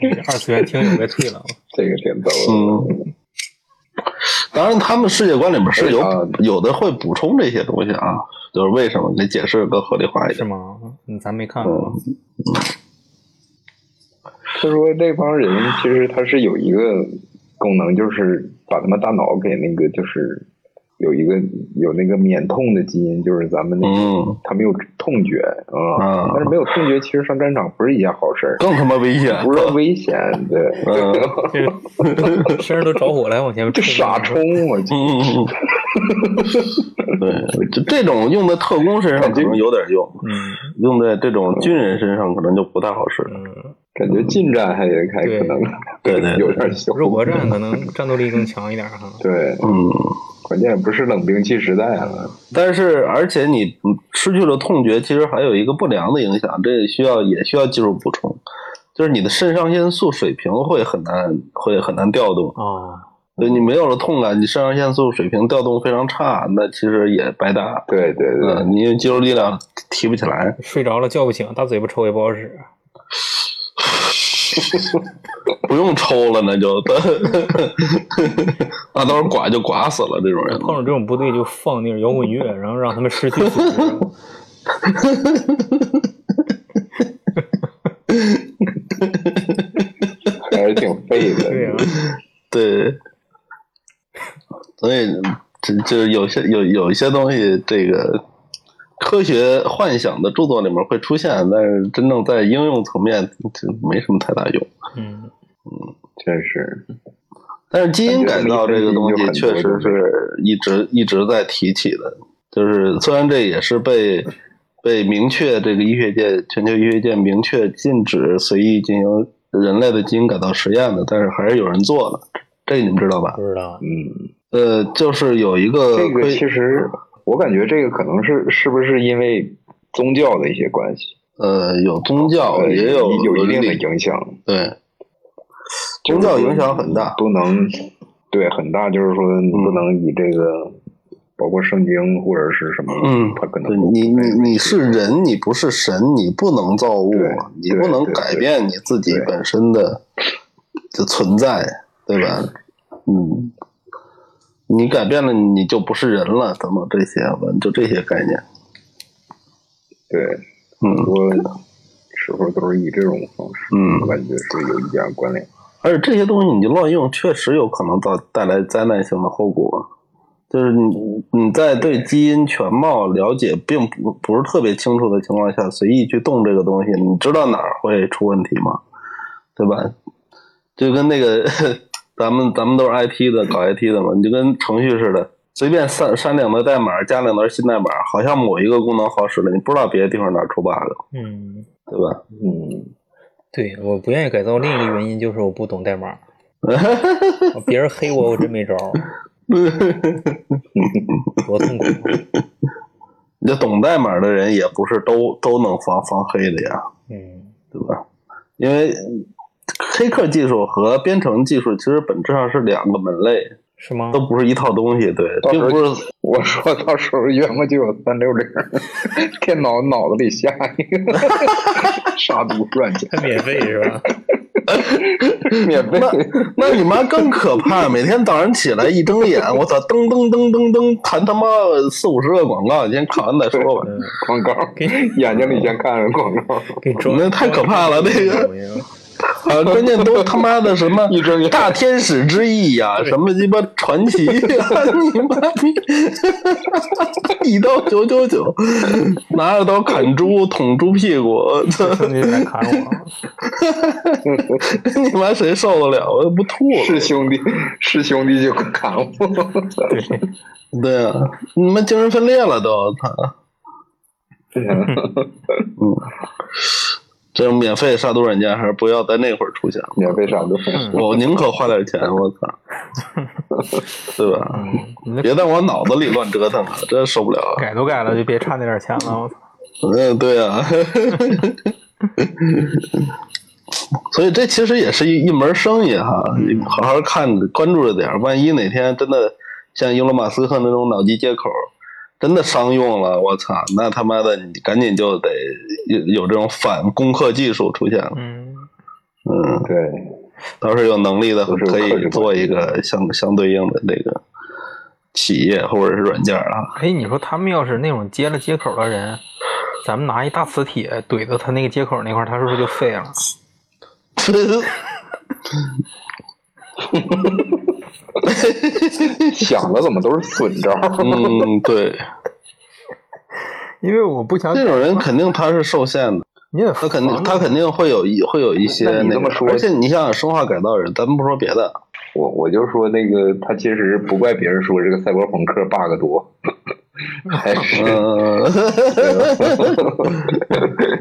这个二次元听友该退了。
这个挺逗的。
嗯，当然，他们世界观里面是有
哎呀
有的会补充这些东西啊，就是为什么你解释更合理化一
是
点。
吗？嗯咱没看过
嗯。，
他说这帮人其实他是有一个功能，就是把他们大脑给那个就是有一个有那个免痛的基因，就是咱们那个、
嗯，
他没有痛觉啊，
啊
但是没有痛觉其实上战场不是一件好事儿，
更他妈危险。
不是说危险，对，
嗯
这个身上都着火了，还往前
嗯这
冲！
傻冲我去。
嗯嗯嗯，对，就这种用在特工身上可能有点用，
嗯
用在这种军人身上可能就不太好使。
嗯，
感觉近战还还可能
对对对
有点小。
肉搏战可能战斗力更强一点哈。
对，
嗯，
关键不是冷兵器时代了。
但是而且你失去了痛觉，其实还有一个不良的影响，这需要也需要技术补充，就是你的肾上腺素水平会很难会很难调动，
哦，
对你没有了痛感，你肾上腺素水平调动非常差，那其实也白搭。
对对对，
嗯，你肌肉力量提不起来，
睡着了叫不醒，大嘴巴抽也不好使。
不用抽了，那就 那到时候刮就刮死了这种人。
碰上这种部队就放那种摇滚乐，然后让他们失去组织。
还是挺废的。
啊
对呀、
对，所以这就是有些有有一些东西，这个科学幻想的著作里面会出现，但是真正在应用层面就没什么太大用。
嗯，
真是
但是基因改造这个东西
感觉
确
这么
实
一分析就很多
是一直一直在提起的，就是虽然这也是被被明确这个医学界全球医学界明确禁止随意进行人类的基因改造实验的，但是还是有人做的，这个你们知道吧？
不知道。
嗯，
呃，就是有一个
这个
会
其实我感觉这个可能是是不是因为宗教的一些关系，
呃有宗教
呃
也
有
有
一定的
伦理
影响。
对
就
宗
是
教影响很大嗯
不能对很大，就是说你不能以这个。包括圣经或者是什么，
嗯
它可能
对你你你是人，你不是神，你不能造物
对，
你不能
对对
改变你自己
对
本身的的存在，对吧？嗯，你改变了你就不是人了，等等这些吧，就这些概念。
对很
嗯
多时候都是以这种方式，
嗯
我，感觉是有一点关联。
而且这些东西你就乱用，确实有可能造带来灾难性的后果。就是你你在对基因全貌了解并不不是特别清楚的情况下，随意去动这个东西，你知道哪儿会出问题吗？对吧？就跟那个 咱们咱们都是 IT 的，搞 IT 的嘛，你就跟程序似的，随便删删两段代码，加两段新代码，好像某一个功能好使了，你不知道别的地方哪儿出 bug，了
嗯，
对吧？
嗯，
对，我不愿意改造，另一个原因就是我不懂代码。别人黑我，我真没招儿，多痛苦。
你这懂代码的人也不是都都能防防黑的呀，
嗯，
对吧？因为黑客技术和编程技术其实本质上是两个门类，
是吗
都？不是一套东西，对，
到时
并
候
不是
我说到时候员工就有三六零，电脑脑子里下一个杀毒软件，
还免费是吧？
免 费。
那你妈更可怕！每天早上起来一睁眼，我操，噔噔噔噔噔，弹他妈四五十个广告，你先看完再说吧。
嗯，
广告，眼睛里先看着广告，
给装
那太可怕了那个
个。
啊，关键都他妈的什么
一睁眼
大天使之翼呀、什么鸡巴传奇 呀、你妈逼！ 一刀九九九，拿着刀砍猪，捅猪屁股，
兄弟来砍我，
你妈谁受得了？我不吐了。
是兄弟，是兄弟就砍我。
对啊，你们精神分裂了都，操！
啊
嗯，这种免费杀毒软件还是不要在那会儿出现。
免费杀毒，
我宁可花点钱，我操， 对吧？
嗯你那
别在我脑子里乱折腾了，真受不了啊。
改都改了，就别差那点钱了。我操！
嗯，对啊， 所以这其实也是一一门生意哈，你好好看着关注着点儿，万一哪天真的像伊隆马斯克那种脑机接口真的商用了，我操，那他妈的你赶紧就得有有这种反攻克技术出现了，
嗯，
嗯，
对，
到时候有能力的
都是
可
克制
以
的
做一个相相对应的这个企业或者是软件儿啊，
哎，你说他们要是那种接了接口的人，咱们拿一大磁铁怼到他那个接口那块儿，他是不是就废了？
想的怎么都是损招？
嗯，对，
因为我不想
这种人肯定他是受限的。
你也
他肯定，
防着
他肯定会有一会有一些
那你
那
这么
个
说
而且你想想生化改造人，咱们不说别的，
我我就说那个，他其实不怪别人说这个赛博朋克 bug 多， 还是
嗯，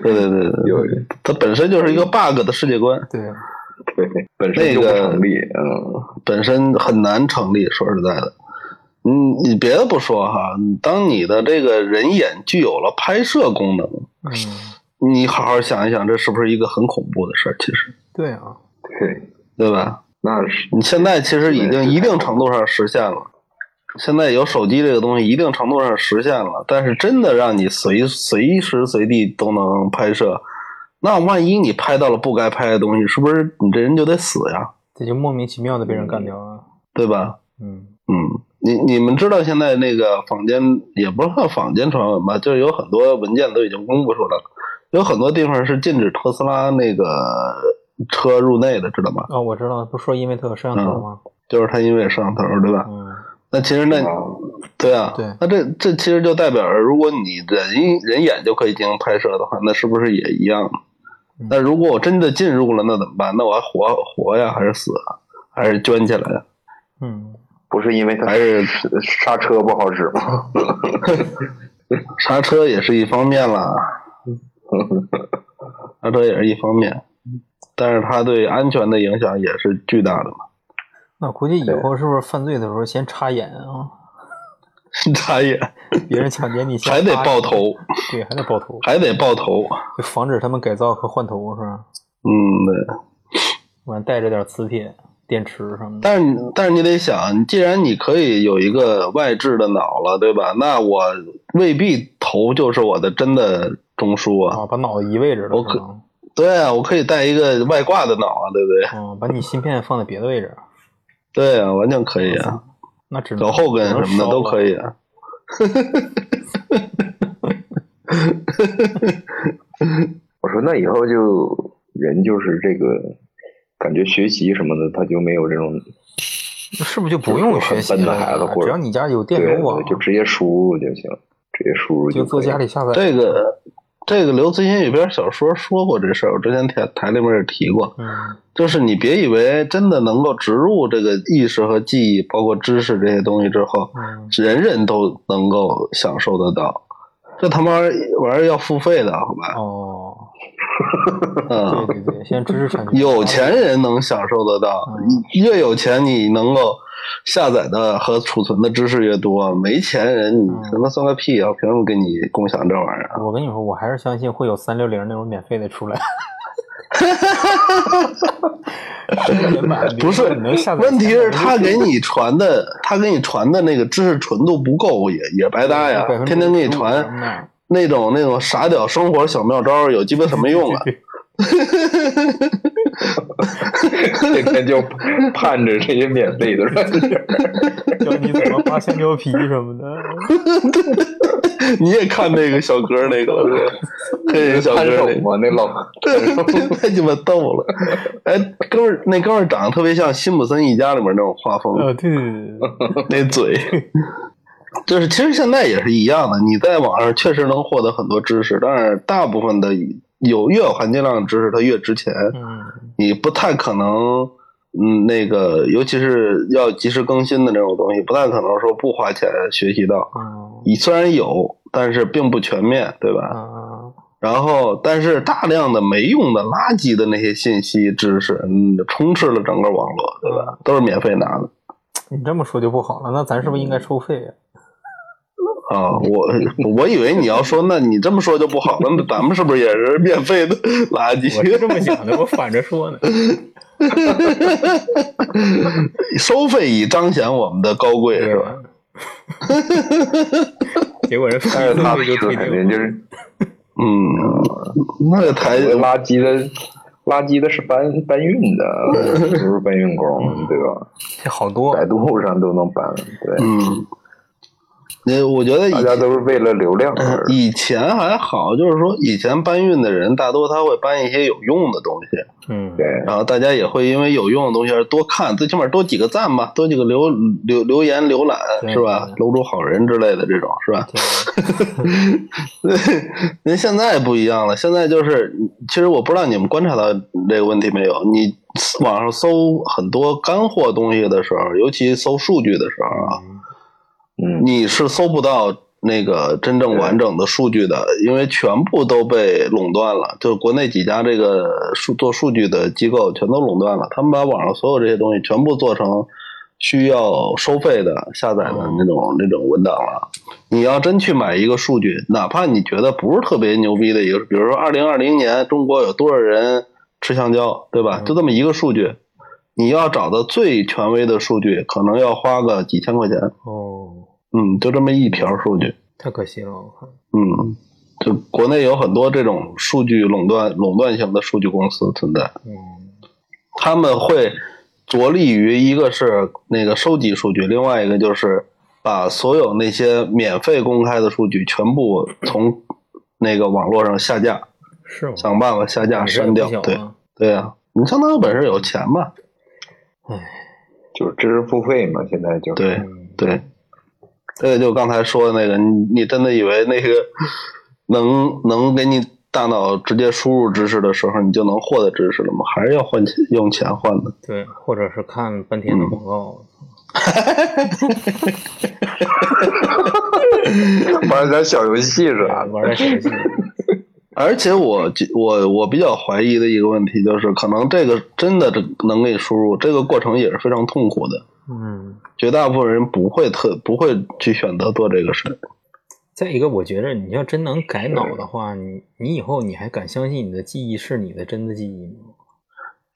对对对对，
有
它本身就是一个 bug 的世界观，
对，
对本身就不成立，嗯，
本身很难成立。说实在的，嗯，你别的不说哈，当你的这个人眼具有了拍摄功能，
嗯，
你好好想一想，这是不是一个很恐怖的事儿？其实，
对啊，
对，
对吧？
那是
你现在其实已
对
经一定程度上实现了。现在有手机这个东西，一定程度上实现了，但是真的让你随随时随地都能拍摄，那万一你拍到了不该拍的东西，是不是你这人就得死呀？
这就莫名其妙的被人干掉了，
对吧？
嗯
嗯，你你们知道现在那个坊间也不算坊间传闻吧，就是有很多文件都已经公布出来了，有很多地方是禁止特斯拉那个车入内的，知道吗？
啊、我知道，不是说因为他有摄像头吗？
就是它因为有摄像头，对吧？
嗯，
那其实那对啊，
对
那这这其实就代表着，如果你人人眼就可以进行拍摄的话，那是不是也一样
嗯？
那如果我真的进入了，那怎么办？那我还活活呀，还是死啊？还是捐起来呀？
嗯，
不是因为它
还是
刹车不好使吗？
刹车也是一方面啦，
嗯
刹车也是一方面，
嗯
但是它对安全的影响也是巨大的嘛。
那估计以后是不是犯罪的时候先插眼啊？
他也
别人抢劫你先
还得
插
爆
眼
头，
对，还得爆头，
还得爆头。
就防止他们改造和换头是吧？
嗯，对。
完带着点磁铁、电池什么的，
但是你但是你得想，既然你可以有一个外置的脑了，对吧？那我未必头就是我的真的中枢啊。
啊，把脑子移位置了，
我
可能，
对啊，我可以带一个外挂的脑啊，对不对？
嗯，把你芯片放在别的位置，
对啊，完全可以啊，
那只能
搞后跟什么的都可以。啊。
我说那以后就人就是这个感觉学习什么的，他就没有这种
是不是就不用学习
就是很笨
了
的孩子
呀？
或者
只要你家有电
对
邮网，，
就直接输入就行，直接输入
就
可
做
以
家里下载。
这个这个刘慈欣有篇小说说过这事儿，我之前台台里面也提过，
嗯
就是你别以为真的能够植入这个意识和记忆，包括知识这些东西之后，
嗯，
人人都能够享受得到。这他妈玩意儿要付费的，好 吧？
哦，对
嗯，
对对，现在知识产权
有钱人能享受得到，
嗯
越有钱你能够下载的和储存的知识越多，没钱人你
嗯
他妈算个屁啊！凭什么跟你共享这玩意儿啊？
我跟你说，我还是相信会有三六零那种免费的出来。原版
不是
你能下载
问题是
下载
他给你传的，他给你传的那个知识纯度不够，也也白搭呀
百分。之
天天给你
什么
传
的
那种那种傻屌生活小妙招，有鸡巴什么用啊？
天天就盼着这些免费的，
教你怎么扒香蕉皮什么的，
你也看那个小哥那个了，黑人小哥
看手
那个。
嘛，那老
太鸡巴逗了！哎，哥们儿，那哥们儿长得特别像《辛普森一家》里面那种画风，
呃，对对对对，
那嘴， 就是其实现在也是一样的。你在网上确实能获得很多知识，但是大部分的有越有含金量的知识，它越值钱。
嗯，
你不太可能，嗯，那个尤其是要及时更新的这种东西，不太可能说不花钱学习到。
嗯
你虽然有，但是并不全面，对吧？
嗯，
然后，但是大量的没用的垃圾的那些信息、知识，嗯，充斥了整个网络，对吧？都是免费拿的
你这么说就不好了，那咱是不是应该收费 呀？
啊！我我以为你要说，那你这么说就不好了，那咱们是不是也是免费的垃圾？
我是这么想的，我反着说 呢。
收费以彰显我们的高贵，是
啊
吧？？
结果人付
但是他
费就退
肯
订了，
定就是
嗯，那台
垃圾的，垃圾的是搬搬运的，不是搬运工，对吧？
这好多
百度上都能搬，对，
嗯，那我觉得以
大家都是为了流量而
以前还好，就是说以前搬运的人大多他会搬一些有用的东西，
嗯，
对，
然后大家也会因为有用的东西而多看，最起码多几个赞吧，多几个留留留言浏览
对
是吧
对？
楼主好人之类的这种是吧？
这个
那现在不一样了，现在就是，其实我不知道你们观察到这个问题没有？你网上搜很多干货东西的时候，尤其搜数据的时候啊，
嗯
嗯，
你是搜不到那个真正完整的数据的，因为全部都被垄断了，就是国内几家这个数做数据的机构全都垄断了，他们把网上所有这些东西全部做成需要收费的下载的那种、那种文档了。你要真去买一个数据，哪怕你觉得不是特别牛逼的一个，比如说二零二零年中国有多少人吃香蕉，对吧？就这么一个数据，你要找到最权威的数据，可能要花个几千块钱。
哦，
嗯，就这么一条数据。
太可惜了，我看。
嗯，就国内有很多这种数据垄断、垄断型的数据公司存在，
嗯
他们会着力于一个是那个收集数据，另外一个就是把所有那些免费公开的数据全部从那个网络上下架，，
是吗？
想办法下架
本事也
删掉
不。小
对
啊
对啊，你相当有本事有钱嘛？
就是知识付费嘛，现在就
对
嗯
对，这个就刚才说的那个，你你真的以为那个能能给你大脑直接输入知识的时候，你就能获得知识了吗？还是要换钱用钱换的？
对，或者是看半天的
嗯
广告，
玩点小游戏是
啊
吧？
玩点小游戏，
而且我我我比较怀疑的一个问题就是，可能这个真的这能给你输入，这个过程也是非常痛苦的。
嗯。
绝大部分人不会特不会去选择做这个事儿，
再一个，我觉着你要真能改脑的话，你你以后你还敢相信你的记忆是你的真的记忆吗？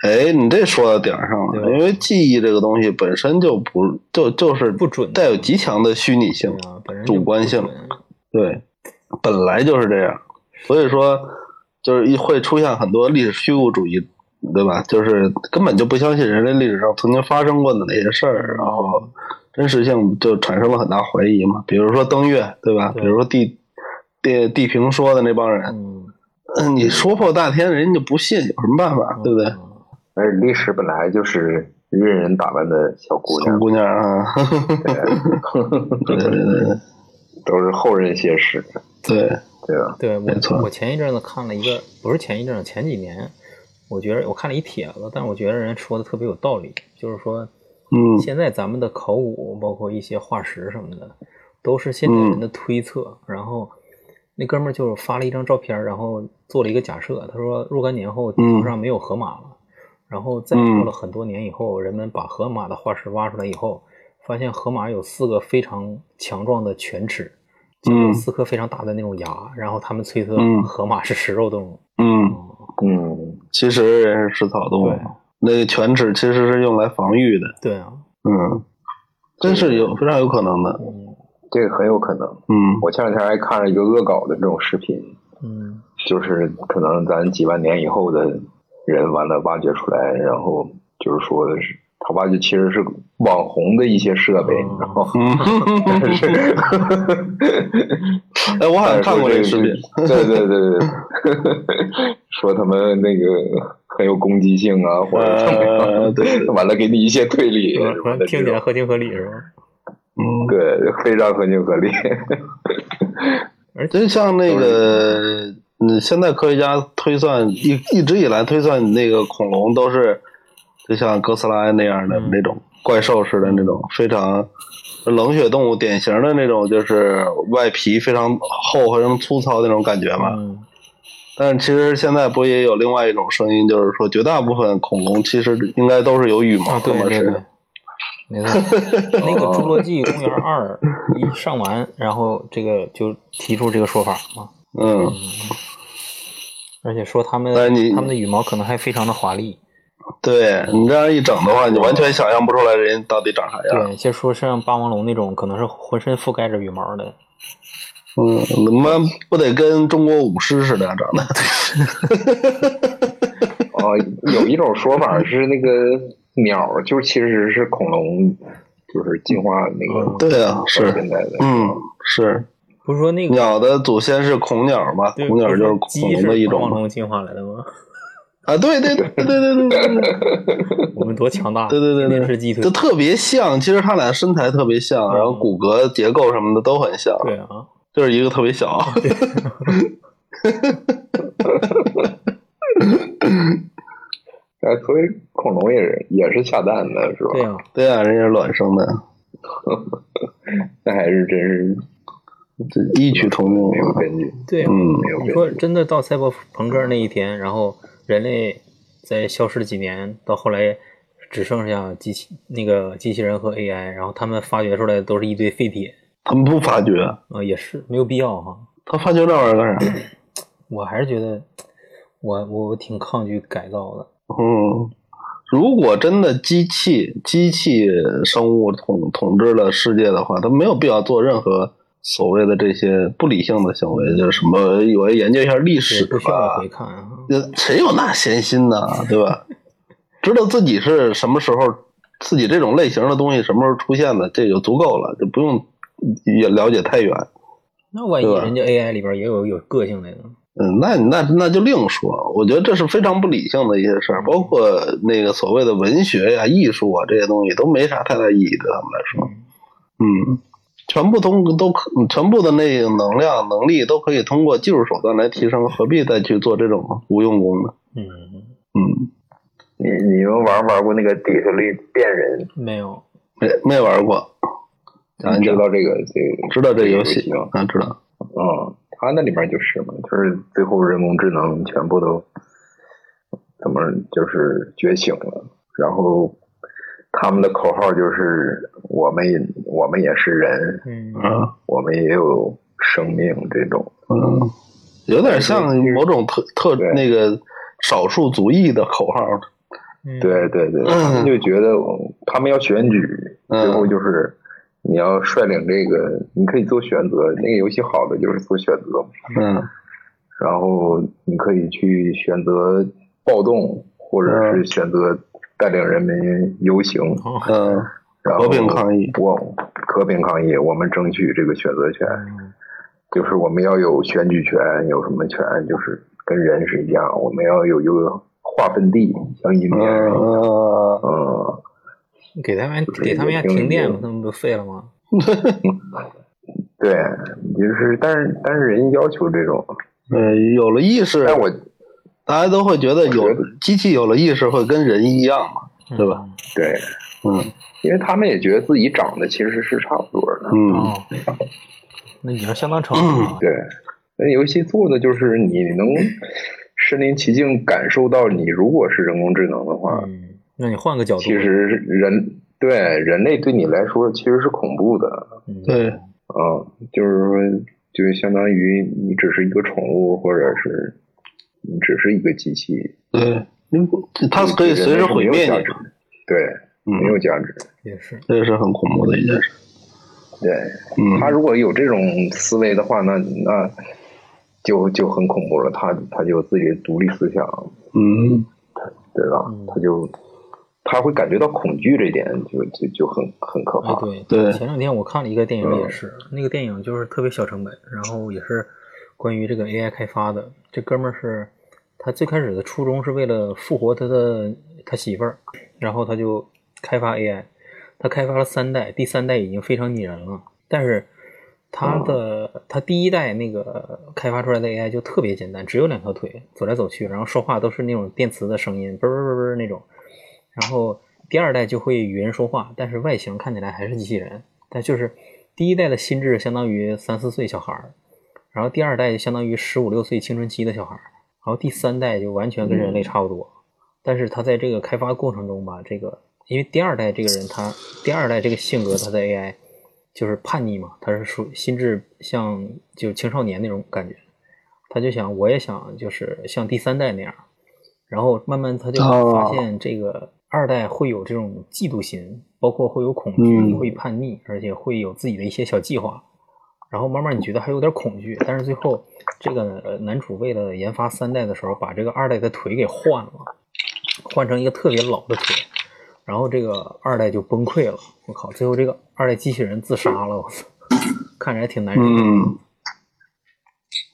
哎，你这说到点儿上了，
对吧
因为记忆这个东西本身就不就就是
不准的
带有极强的虚拟性
对，啊，本身
主观性
就不准
对，本来就是这样，所以说就是一会出现很多历史虚无主义，对吧？就是根本就不相信人类历史上曾经发生过的那些事儿，然后真实性就产生了很大怀疑嘛。比如说登月，对吧？
对
比如说地地地平说的那帮人，
嗯，
嗯你说破半天，人家就不信，有什么办法，对不对？
嗯
而历史本来就是任人打扮的小嗯姑
小
娘，
姑娘啊，对对对对
都是后人写史，
对，
对吧？
对
没错
我我前一阵子看了一个，不是前一阵子，前几年，我觉得我看了一帖子，但我觉得人说的特别有道理，就是说
嗯，
现在咱们的考古，包括一些化石什么的，都是现代人
嗯
的推测。然后那哥们儿就是发了一张照片儿，然后做了一个假设，他说若干年后地
嗯
球上没有河马了，然后再过了很多年以后，人们把河马的化石挖出来以后，发现河马有四个非常强壮的犬齿，就有
嗯
四颗非常大的那种牙，然后他们推测
嗯
河马是食肉动物。
嗯。
嗯，
其实人是吃草动物
对，
那个犬齿其实是用来防御的。
对啊，
嗯，真是有非常有可能的。
嗯
这个很有可能。
嗯
我前两天还看了一个恶搞的这种视频，
嗯
就是可能咱几万年以后的人完了挖掘出来，然后就是说的是他挖掘其实是网红的一些设备，
哦
嗯
然后
嗯，
但是
哎， 我好像看过这
这
个视频。
对对对对 对，说他们那个很有攻击性啊，或者怎么
呃
样，
对嗯对
完了给你一些推理什么的这种，
嗯听起来合情合理是吧？
嗯，
对非常合情合理。
真像那个，嗯，现在科学家推算一一直以来推算那个恐龙都是，就像哥斯拉那样的
嗯
那种怪兽似的那种非常冷血动物，典型的那种就是外皮非常厚、非常粗糙那种感觉嘛。
嗯
但是其实现在不也有另外一种声音，就是说绝大部分恐龙其实应该都是有羽毛
啊，
的
对
嘛，
对
是
对
哦吧，
没错。那个《侏罗纪公园二》一上完，然后这个就提出这个说法嘛，
嗯，
而且说他们
但是哎你
他们的羽毛可能还非常的华丽。
对你这样一整的话，你完全想象不出来人到底长啥样。
对，就说像霸王龙那种，可能是浑身覆盖着羽毛的。
嗯，他妈不得跟中国舞狮似的长得？
哦，有一种说法是那个鸟，就其实是恐龙，就是进化那个
嗯
对啊，
到
是，
现在的。
嗯，是
不是说那个
鸟的祖先是孔鸟嘛？
对
孔鸟
不
就是
说
恐
鸡
龙的一
是霸王
种嘛？
龙进化来的吗？
啊，对对对对对对对。
我们多强大！
对对对
天天
对，
吃鸡腿
就。特别像。其实他俩身材特别像，然后骨骼结构什么的都很像，
嗯对啊，
就是一个特别小。
哎，所以恐龙也是也是下蛋的，是吧？
对啊，
对啊，人家是卵生的。
那还是真是
异曲同工
没有根据。
对啊，
嗯
没有
你
根
说
据。
真的到赛博朋克那一天，然后人类在消失了几年，到后来只剩下机器那个机器人和 AI，然后他们发掘出来的都是一堆废铁，
他们不发觉，
呃，也是没有必要哈。
他发觉那玩意儿干啥？
我还是觉得我我我挺抗拒改造的，
嗯，如果真的机器机器生物统统治了世界的话，它没有必要做任何所谓的这些不理性的行为，就是什么我要研究一下历
也
史
不需要
吧
回，看啊。
呃谁有那闲心呢？对吧？知道自己是什么时候，自己这种类型的东西什么时候出现的，这就足够了，就不用也了解太远。
那万一
啊
对吧
人家 AI 里边也有有个性的呢？
嗯，那那那就另说。我觉得这是非常不理性的一些事儿，包括那个所谓的文学呀、艺术啊这些东西都没啥太大意义对他们来说。嗯，全部通都可，全部的那个能量能力都可以通过技术手段来提升，何必再去做这种无用功呢？
嗯，
嗯，
你你们玩玩过那个底特律变人？
没有，
没没玩过，讲
你
一
知
讲，
道这个这个
知道这游戏
吗？
啊，知道。
嗯，它那里面就是嘛，就是最后人工智能全部都怎么就是觉醒了，然后他们的口号就是我们也我们也是人，
嗯，
啊，
我们也有生命这种。
嗯，有点像某种特特
对
那个少数族裔的口号。
嗯
对，对对，
嗯
他们就觉得他们要选举，
嗯
最后就是你要率领这个，你可以做选择。那个游戏好的就是做选择嘛，
嗯
然后你可以去选择暴动，或者是选择带领人民游行，
哦，
嗯。
然后
和平抗议
我和平抗议，我们争取这个选择权，
嗯
就是我们要有选举权，有什么权，就是跟人是一样，我们要有一个划分地，像
嗯
一面是一样，
呃，
嗯，
给他们
就是
给他们家
也挺
停电
有
吧，他们不废了吗？
对，就是但是但是人要求这种，
呃，有了意识，
哎但我
大家都会觉得有
我觉得
机器有了意识会跟人一样嘛，对吧？
对，
嗯
因为他们也觉得自己长得其实是差不多的，
嗯？
嗯
哦，那已经相当成熟了。
嗯对，那游戏做的就是你能身临其境感受到，你如果是人工智能的话，
嗯，那你换个角度，
其实人对人类对你来说其实是恐怖的，
嗯，
对，
啊，就是说，就相当于你只是一个宠物，或者是你只是一个机器，
对，你不它是可以随时毁灭
没有价
你
值
的，
对，没有
嗯，
价值，
也是，
这是很恐怖的一件事。
对他
嗯，
如果有这种思维的话，那那就就很恐怖了，他他就有自己的独立思想，
嗯，
对吧？
嗯
他就他会感觉到恐惧这一点就，就就很很可
哎
怕。，
对
对
前两天我看了一个电影，
嗯
也是、那个电影就是特别小成本，然后也是关于这个 AI 开发的。这哥们儿是他最开始的初衷是为了复活他的他媳妇儿，然后他就开发 AI，他开发了三代，第三代已经非常拟人了，但是。他的他第一代那个开发出来的 AI 就特别简单，只有两条腿，走来走去，然后说话都是那种电磁的声音，啵啵啵啵那种。然后第二代就会与人说话，但是外形看起来还是机器人，但就是第一代的心智相当于三四岁小孩儿，然后第二代就相当于十五六岁青春期的小孩儿，然后第三代就完全跟人类差不多。但是他在这个开发过程中吧，这个因为第二代这个人他第二代这个性格他在 AI 就是叛逆嘛，他是属心智像就青少年那种感觉，他就想我也想就是像第三代那样，然后慢慢他就
哦
发现这个二代会有这种嫉妒心，包括会有恐惧、
嗯
会叛逆，而且会有自己的一些小计划。然后慢慢你觉得还有点恐惧，但是最后这个呃男主为了研发三代的时候，把这个二代的腿给换了，换成一个特别老的腿，然后这个二代就崩溃了。我靠，最后这个二代机器人自杀了，我操，看着还挺难受。
嗯，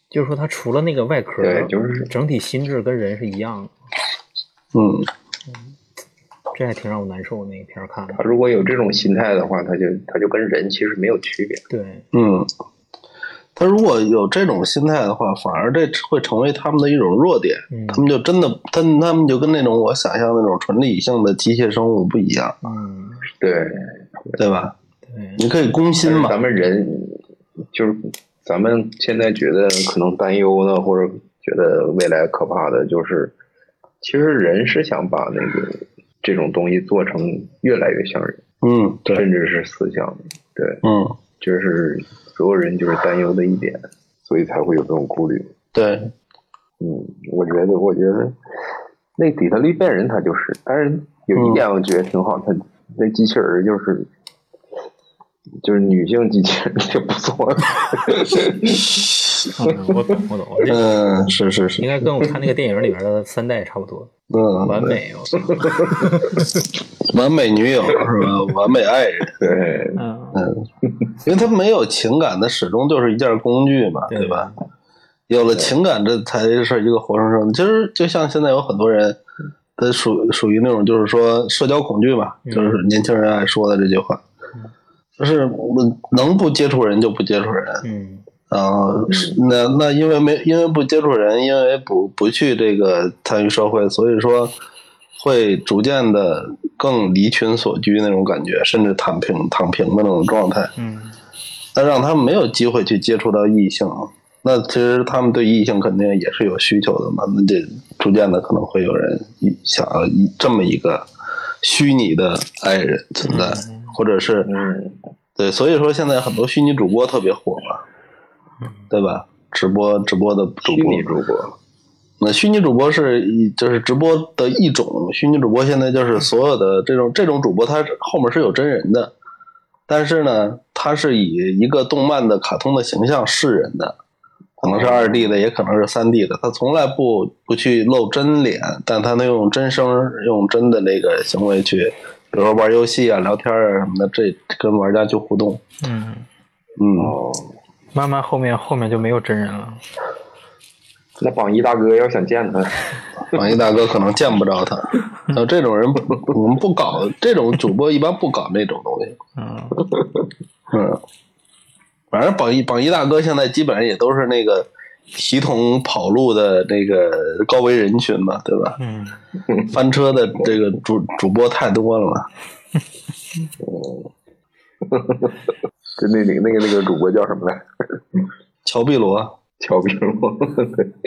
就是说，他除了那个外壳，
对就是
整体心智跟人是一样的，
嗯，
这还挺让我难受。那个片儿看的
他，如果有这种心态的话，他就他就跟人其实没有区别。
对，
嗯，他如果有这种心态的话，反而这会成为他们的一种弱点。
嗯
他们就真的，他他们就跟那种我想象那种纯理性的机械生物不一样，
嗯，
对，
对吧？
对，
你可以攻
但
心
是
嘛，
咱们人就是咱们现在觉得可能担忧呢，或者觉得未来可怕的就是，其实人是想把那个这种东西做成越来越像人，
嗯，对，
甚至是思想的。对，
嗯，
这是所有人就是担忧的一点，所以才会有这种顾虑。
对，
嗯，我觉得，我觉得那底特律变人他就是，但是有一点我觉得挺好，他那机器人儿就是就是女性机器人儿也不 错。
嗯我懂，我懂，我这
嗯，是是
应
是，
该跟我看那个电影里边的三代差不多，
嗯，
完美。我操
完美女友是吧？完美爱人，
对，
嗯，
因为他没有情感，他始终就是一件工具嘛，对吧？有了情感，这才是一个活生生的。其实就像现在有很多人，他属属于那种就是说社交恐惧嘛，
嗯
就是年轻人爱说的这句话，就是我能不接触人就不接触人，
嗯
啊，那那因为没因为不接触人，因为不不去这个参与社会，所以说会逐渐的更离群索居那种感觉，甚至躺平躺平的那种状态。
嗯
那让他们没有机会去接触到异性，那其实他们对异性肯定也是有需求的嘛。那这逐渐的可能会有人一想要一这么一个虚拟的爱人存在，或者是
嗯，
对，所以说现在很多虚拟主播特别火嘛，对吧？直播直播的主
虚
播
拟，主播，
那虚拟主播是一就是直播的一种，虚拟主播现在就是所有的这种这种主播，它是后面是有真人的，但是呢，它是以一个动漫的卡通的形象示人的，可能是二 D 的，也可能是三 D 的，它从来不不去露真脸，但它能用真声儿、用真的那个行为去，比如说玩游戏啊、聊天啊什么的，这跟玩家去互动，
嗯，
嗯。
哦，
慢慢后面后面就没有真人了，
那榜一大哥要想见他，
网易大哥可能见不着他，像这种人不，我们不搞这种主播，一般不搞那种东西。
嗯
嗯，反正榜一榜一大哥现在基本上也都是那个协同跑路的那个高危人群嘛，对吧？
嗯
翻车的这个主主播太多了嘛。
就那那个那个那个主播叫什么来？
乔碧罗，
乔碧罗，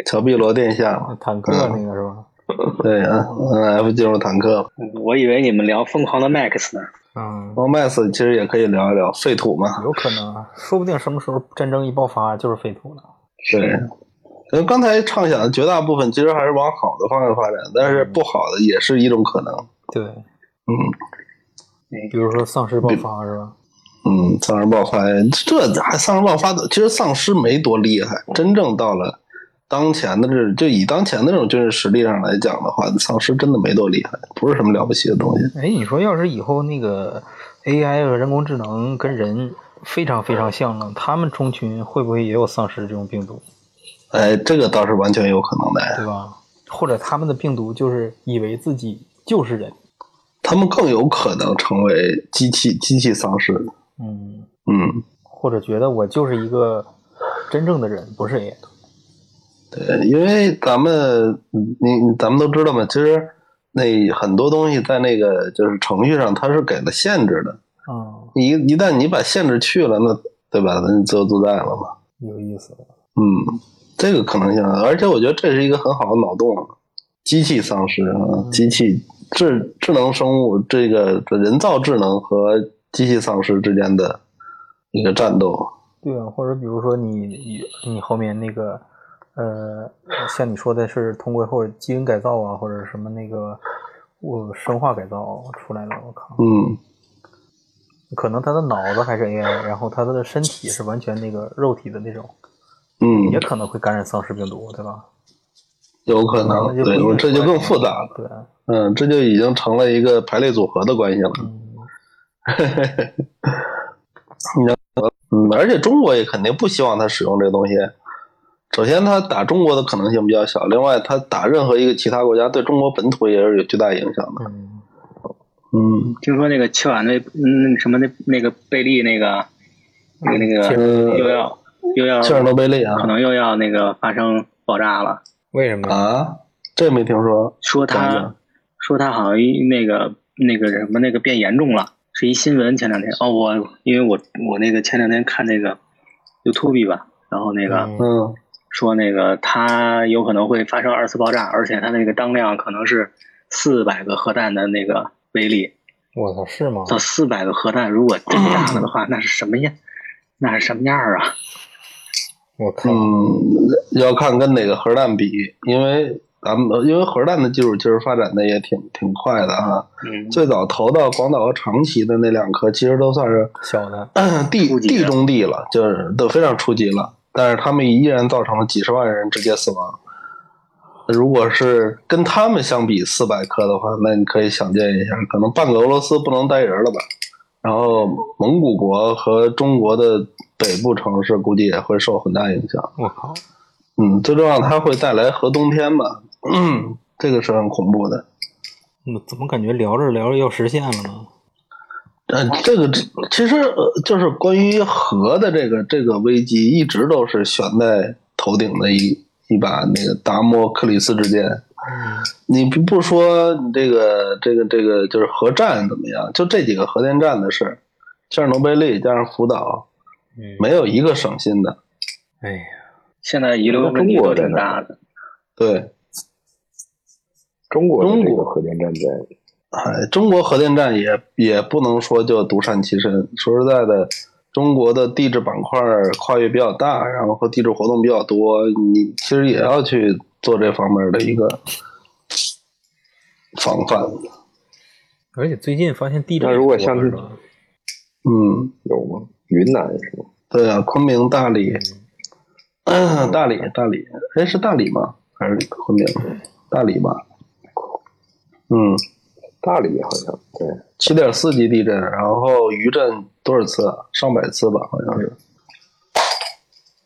乔碧罗殿下嘛，
坦克那个是吧？
对啊，N F 进入坦克了。
我以为你们聊疯狂的 Max 呢，
嗯，
o m a x 其实也可以聊一聊废土嘛，
有可能啊，说不定什么时候战争一爆发就是废土了。
对，呃，刚才畅想的绝大部分其实还是往好的方向发展，但是不好的也是一种可能。
对，
嗯
比如说丧尸爆发是吧？
嗯，丧尸爆发，这还嗯丧尸爆发的，其实丧尸没多厉害，真正到了当前的这，就以当前的这种军事实力上来讲的话，丧尸真的没多厉害，不是什么了不起的东西。
哎，你说要是以后那个 AI 和人工智能跟人非常非常像了，他们中群会不会也有丧尸这种病毒，
哎，这个倒是完全有可能的。哎
对吧？或者他们的病毒就是以为自己就是人，
他们更有可能成为机器机器丧尸。
嗯，
嗯，
或者觉得我就是一个真正的人，不是 AI。
对，因为咱们你你咱们都知道嘛，其实那很多东西在那个就是程序上，它是给了限制的。
嗯，
一一旦你把限制去了，那对吧？那你自由自在了嘛。
有意思了。
嗯，这个可能性，啊而且我觉得这是一个很好的脑洞啊，机器丧尸啊，机器智智能生物这个人造智能和机器丧尸之间的一个战斗。
对啊，或者比如说你你你后面那个，呃，像你说的是通过或者基因改造啊，或者什么那个我、生化改造出来的，我靠，
嗯，
可能他的脑子还是 AI，然后他的身体是完全那个肉体的那种，
嗯
也，可能会感染丧尸病毒，对吧？
有可
那
能，
就不一
对，
定
我这就更复杂了。
对，啊
嗯，这就已经成了一个排列组合的关系了。
嗯，
嗯，而且中国也肯定不希望他使用这个东西。首先，他打中国的可能性比较小；另外，他打任何一个其他国家，对中国本土也是有巨大影响的。
嗯，
嗯，
听说那个切碗那那什么那那个贝利那个那个那
嗯
个又要又要
切尔诺贝利
嗯可
啊
能又要那个发生爆炸了，
为什么？
啊，这没听说。
说
怎么
他
了
说他好像一那个那个什么那个变严重了，是一新闻前两天哦我因为我我那个前两天看那个 YouTube 吧，然后那个、
嗯
嗯
说那个它有可能会发生二次爆炸，而且它那个当量可能是四百个核弹的那个威力。
我操，是吗？
嗯
到四百个核弹，如果真炸了的话，那是什么样？那是什么样啊？
我靠，
嗯，要看跟哪个核弹比，因为咱们因为核弹的技术其实发展的也挺挺快的哈。
嗯，
最早投到广岛和长崎的那两颗，其实都算是
小的，
地
初级的
地中地了，就是都非常初级了。但是他们依然造成了几十万人直接死亡。如果是跟他们相比四百颗的话，那你可以想见一下，可能半个俄罗斯不能待人了吧。然后蒙古国和中国的北部城市估计也会受很大影响。
我靠，
嗯，最重要它会带来核冬天吧，嗯，这个是很恐怖的。
嗯怎么感觉聊着聊着要实现了呢？
呃，这个这其实呃就是关于核的这个这个危机，一直都是悬在头顶的一一把那个达摩克里斯之剑。你不不说你这个这个这个就是核战怎么样，就这几个核电站的事儿，切尔诺贝利加上福岛，
嗯，
没有一个省心的。
哎呀，
现在遗留的问题都挺大的。
对，
中国的这
中
个
国
核电站在
哎，中国核电站也也不能说就独善其身。说实在的，中国的地质板块跨越比较大，然后地质活动比较多，你其实也要去做这方面的一个防范。
而且最近发现地震
那
也
如
多
果
了，
像
是吧？
嗯，
有吗？云南是吗？
对啊，昆明、大理， 大理，大理，哎，是大理吗？还是昆明？大理吧。嗯，
大理好像对，
七点四级地震，然后余震多少次啊？上百次吧，好像是。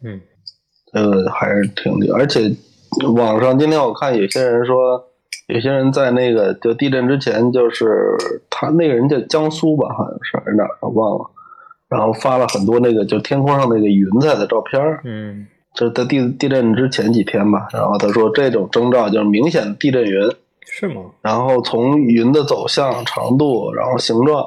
嗯，
呃，还是挺厉害。而且网上今天我看有些人说，有些人在那个就地震之前，就是他那个人叫江苏吧，好像是还是哪儿忘了，然后发了很多那个就天空上那个云彩的照片儿，
嗯，
就是在地地震之前几天吧。然后他说这种征兆就是明显地震云，
是吗？
然后从云的走向、长度，然后形状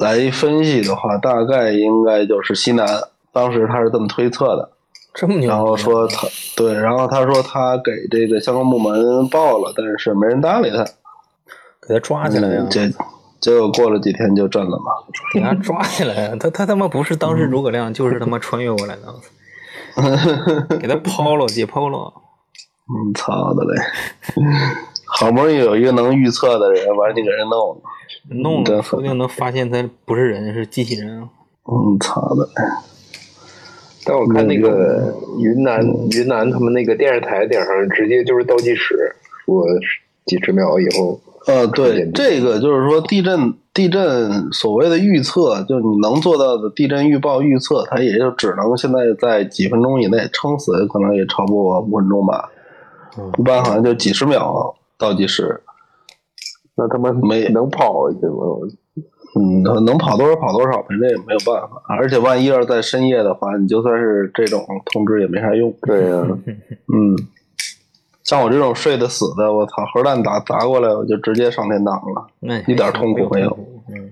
来分析的话，大概应该就是西南。当时他是这么推测的。
这么牛逼，
然后说他对，然后他说他给这个相关部门报了，但是没人搭理他。
给他抓起来呀、
嗯结结果过了几天就震了嘛。
给他抓起来呀、他他他妈不是当时
嗯
诸葛亮，就是他妈穿越过来的， 给他抛了，解剖了。
嗯，操的嘞！ 好不容易有一个能预测的人，完了你给人弄了。
弄
对
了，说不定能发现他不是人，是机器人。啊
嗯，操的嘞！
但我看那个云南云南他们那个电视台顶上直接就是倒计时，说几十秒以后，
呃，对
嗯，
这个就是说地震地震所谓的预测，就是你能做到的地震预报预测，它也就只能现在在几分钟以内撑死，可能也超过五分钟吧
嗯。
一般好像就几十秒倒计时。
那他妈
没
能跑去吗？
嗯，能能跑多少跑多少呗，这也没有办法。而且万一要是在深夜的话，你就算是这种通知也没啥用。
对呀、
嗯，像我这种睡得死的，我操，核弹打砸过来，我就直接上天堂了。
那
一点痛苦没有。
嗯，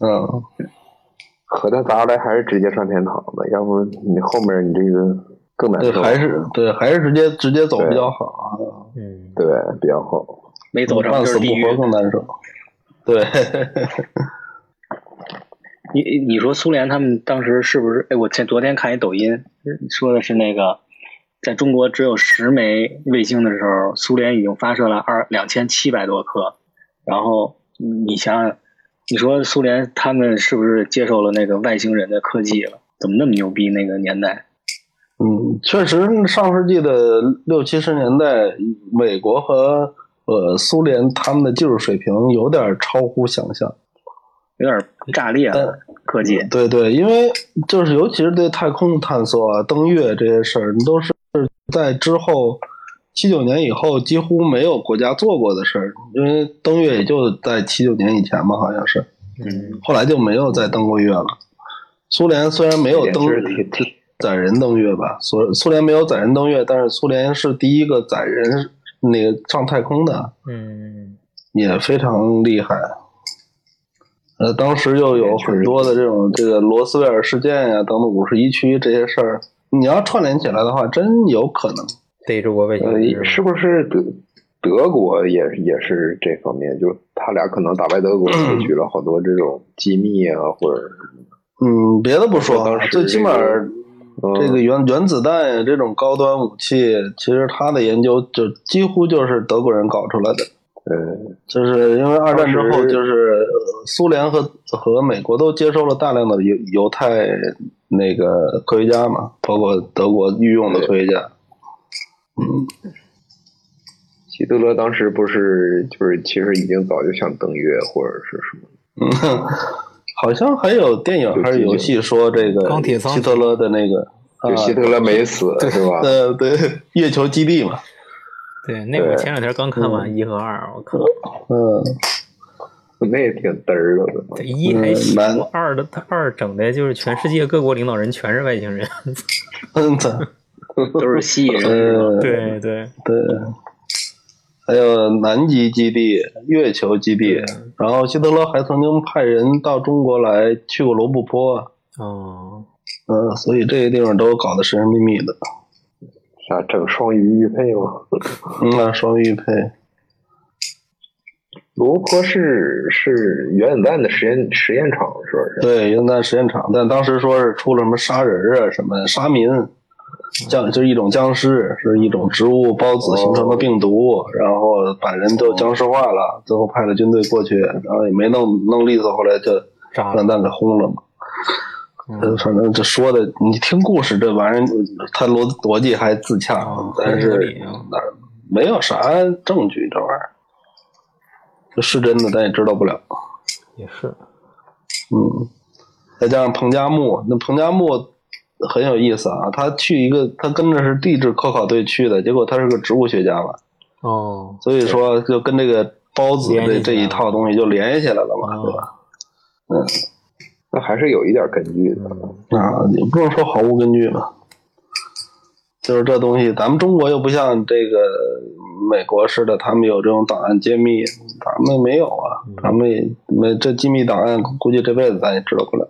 嗯，
核弹砸下来还是直接上天堂的，要不你后面你这个更难
对，
受，
还是对，还是直接直接走比较好啊，
嗯，
对比较好。
没走着
半
就
嗯死
是
不
地狱。
活更难受。对，
你你说苏联他们当时是不是？哎，我前昨天看一抖音，嗯说的是那个，在中国只有十枚卫星的时候，苏联已经发射了二两千七百多颗。然后你想想，你说苏联他们是不是接受了那个外星人的科技了？怎么那么牛逼？那个年代，
嗯，确实，上世纪的六七十年代，美国和呃苏联他们的技术水平有点超乎想象。
有点炸裂了科技。
对对，因为就是尤其是对太空探索啊、登月这些事儿，都是在之后七九年以后几乎没有国家做过的事儿，因为登月也就在七九年以前吧，好像是，
嗯，
后来就没有再登过月了。苏联虽然没有登
这点其实挺
载人登月吧，苏苏联没有载人登月，但是苏联是第一个载人那个上太空的，
嗯，
也非常厉害。呃，当时又有很多的这种这个罗斯威尔事件呀、等等五十一区这些事儿，你要串联起来的话，真有可能。
逮着过卫星
呃，是不是德德国也也是这方面？就他俩可能打败德国，采取了好多这种机密啊，或者
嗯，别的不说
当
啊，
时
最起码
这个嗯
这个原原子弹这种高端武器，其实它的研究就几乎就是德国人搞出来的，
嗯
就是因为二战之后，
当时
就是呃苏联和和美国都接收了大量的犹犹太那个科学家嘛，包括德国御用的科学家。
希特勒当时不是就是其实已经早就想登月或者是什么？
嗯， 好像还有电影还是游戏说这个
钢铁桑
希特勒的那个啊
就，希特勒没死
啊
是吧？
呃，对， 月球基地嘛，
对，那我前两天刚看完一和二，我靠，
嗯，
那也挺嘚儿的。
这一还行
嗯蛮，
二的他二整的就是全世界各国领导人全是外星人，
嗯，对
都是 蜥蜴人。
呃，
对 对，
对，还有南极基地、月球基地
对，
然后希特勒还曾经派人到中国来去过罗布泊，啊
哦，
嗯，所以这些地方都搞得神神秘秘的。
啥整双鱼哎玉佩吗？
嗯啊，双玉佩，
罗坡是是原子弹的实验实验场，是不是？
对，原子弹实验场，但当时说是出了什么杀人啊，什么杀民，
嗯
僵就是一种僵尸，是一种植物孢
哦
子形成的病毒，然后把人都僵尸化
嗯
了，最后派了军队过去，然后也没弄弄利索，后来就
炸
原
了
子，弹给轰了嘛。呃，
嗯
反正这说的，你听故事这玩意儿，它逻逻辑还自洽
哦，
但
合
是
理啊
哪儿没有啥证据，这玩意儿就是真的，咱也知道不了。
也是，
嗯，再加上彭加木，那彭加木很有意思啊，他去一个，他跟着是地质科考队去的，结果他是个植物学家嘛，
哦，
所以说就跟这个孢子
联
这
系起
这
来
一套东西就联系起来了嘛，
哦
对吧？
那还是有一点根据的。
嗯，
啊，也不能说毫无根据吧。就是这东西，咱们中国又不像这个美国似的，他们有这种档案揭秘，咱们没有啊，
嗯
咱们也没这机密档案，估计这辈子咱也知道不了。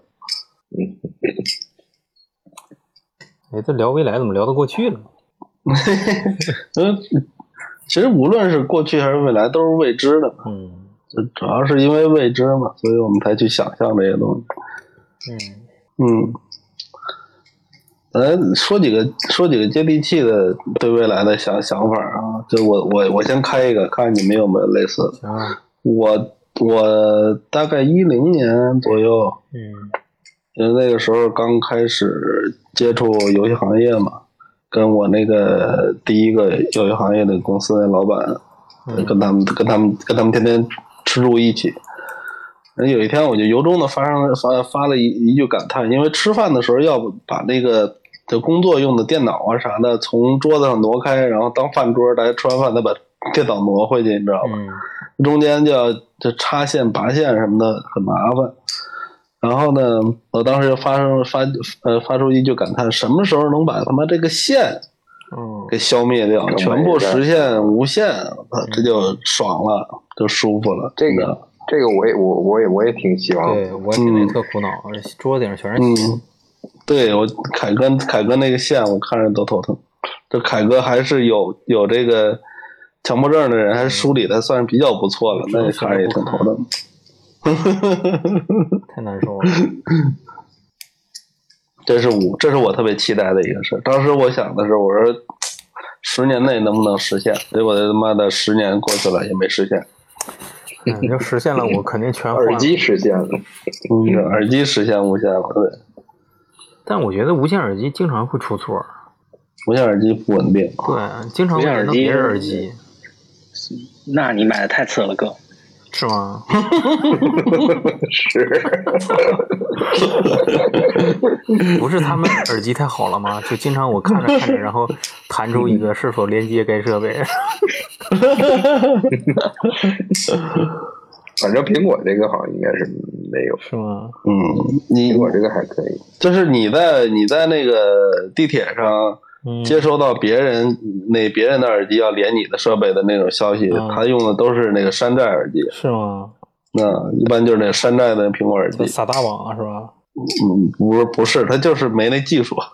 哎，这聊未来怎么聊得过去了？
嗯，其实无论是过去还是未来，都是未知的嘛。
嗯
就主要是因为未知嘛，所以我们才去想象这些东西。
嗯，
嗯，咱说几个说几个接地气的对未来的想想法啊。就我我我先开一个，看你们有没有类似的。
行啊，
我我大概一零年左右，
嗯
因为那个时候刚开始接触游戏行业嘛，跟我那个第一个游戏行业的公司那老板，跟他们跟他们跟他们天天吃住一起。那有一天我就由衷的发上发发了一一句感叹，因为吃饭的时候要把那个就工作用的电脑啊啥的从桌子上挪开，然后当饭桌，大家吃完饭再把电脑挪回去，你知道吧？
嗯
中间就要就插线、拔线什么的很麻烦。然后呢，我当时就发生发呃发出一句感叹：什么时候能把他妈这个线
哦，
给消灭掉，
整没
全部
了
实现无限？我操，这就爽了，就舒服了。
这
真的
个这个我也我我也我也挺希望
嗯对我现在特苦恼，桌子顶上全是
嗯，对我凯哥凯哥那个线，我看着都头疼。这凯哥还是有有这个强迫症的人，还是梳理的算是比较嗯不错了，
嗯
那也看着也挺头疼。
太难受了，
这是我这是我特别期待的一个事儿。当时我想的是，我说十年内能不能实现？结果他妈的十年过去了也没实现。
嗯，要实现了我肯定全换
耳
了。
机实现了。
嗯，耳机实现无线了，对，
但我觉得无线耳机经常会出错，
无线耳机不稳定。
对，经常会用到别人耳机，
那你买的太次了，哥。
是吗？嗯
是，
不是他们耳机太好了吗？就经常我看着看着，然后弹出一个是否连接该设备。
反正苹果这个好像应该是没有，
是吗？
嗯，你
苹果这个还可以。
就是你在你在那个地铁上
嗯，
接收到别人、那别人的耳机要连你的设备的那种消息，
嗯
他用的都是那个山寨耳机，
是吗？
那一般就是那山寨的苹果耳机
啊
嗯
就。撒大网是吧？
嗯，不是不是，他就是没那技术。
哦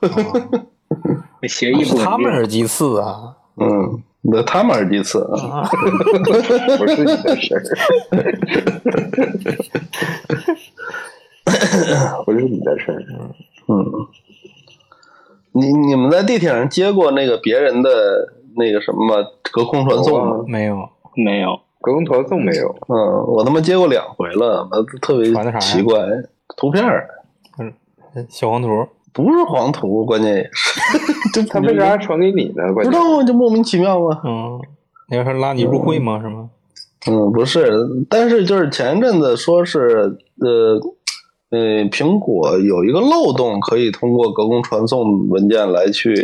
那协议不
他
稳
们
定，
耳机次啊，
嗯，那他们耳机次啊，
啊，
不是你的事儿，不是你的事儿。
嗯，你你们在地铁上接过那个别人的那个什么吗？隔空传送吗？
没有，
没有。
隔空传送没有？
嗯，我他妈接过两回了，我特别
传的啥呀
奇怪，图片儿
小黄图，
不是黄图，关键也是，这
他为啥传给你呢？关
不知
键
道啊，就莫名其妙吗？
嗯，你要是拉你入会吗？是吗？
嗯，不是，但是就是前一阵子说是呃呃，苹果有一个漏洞，可以通过隔空传送文件来去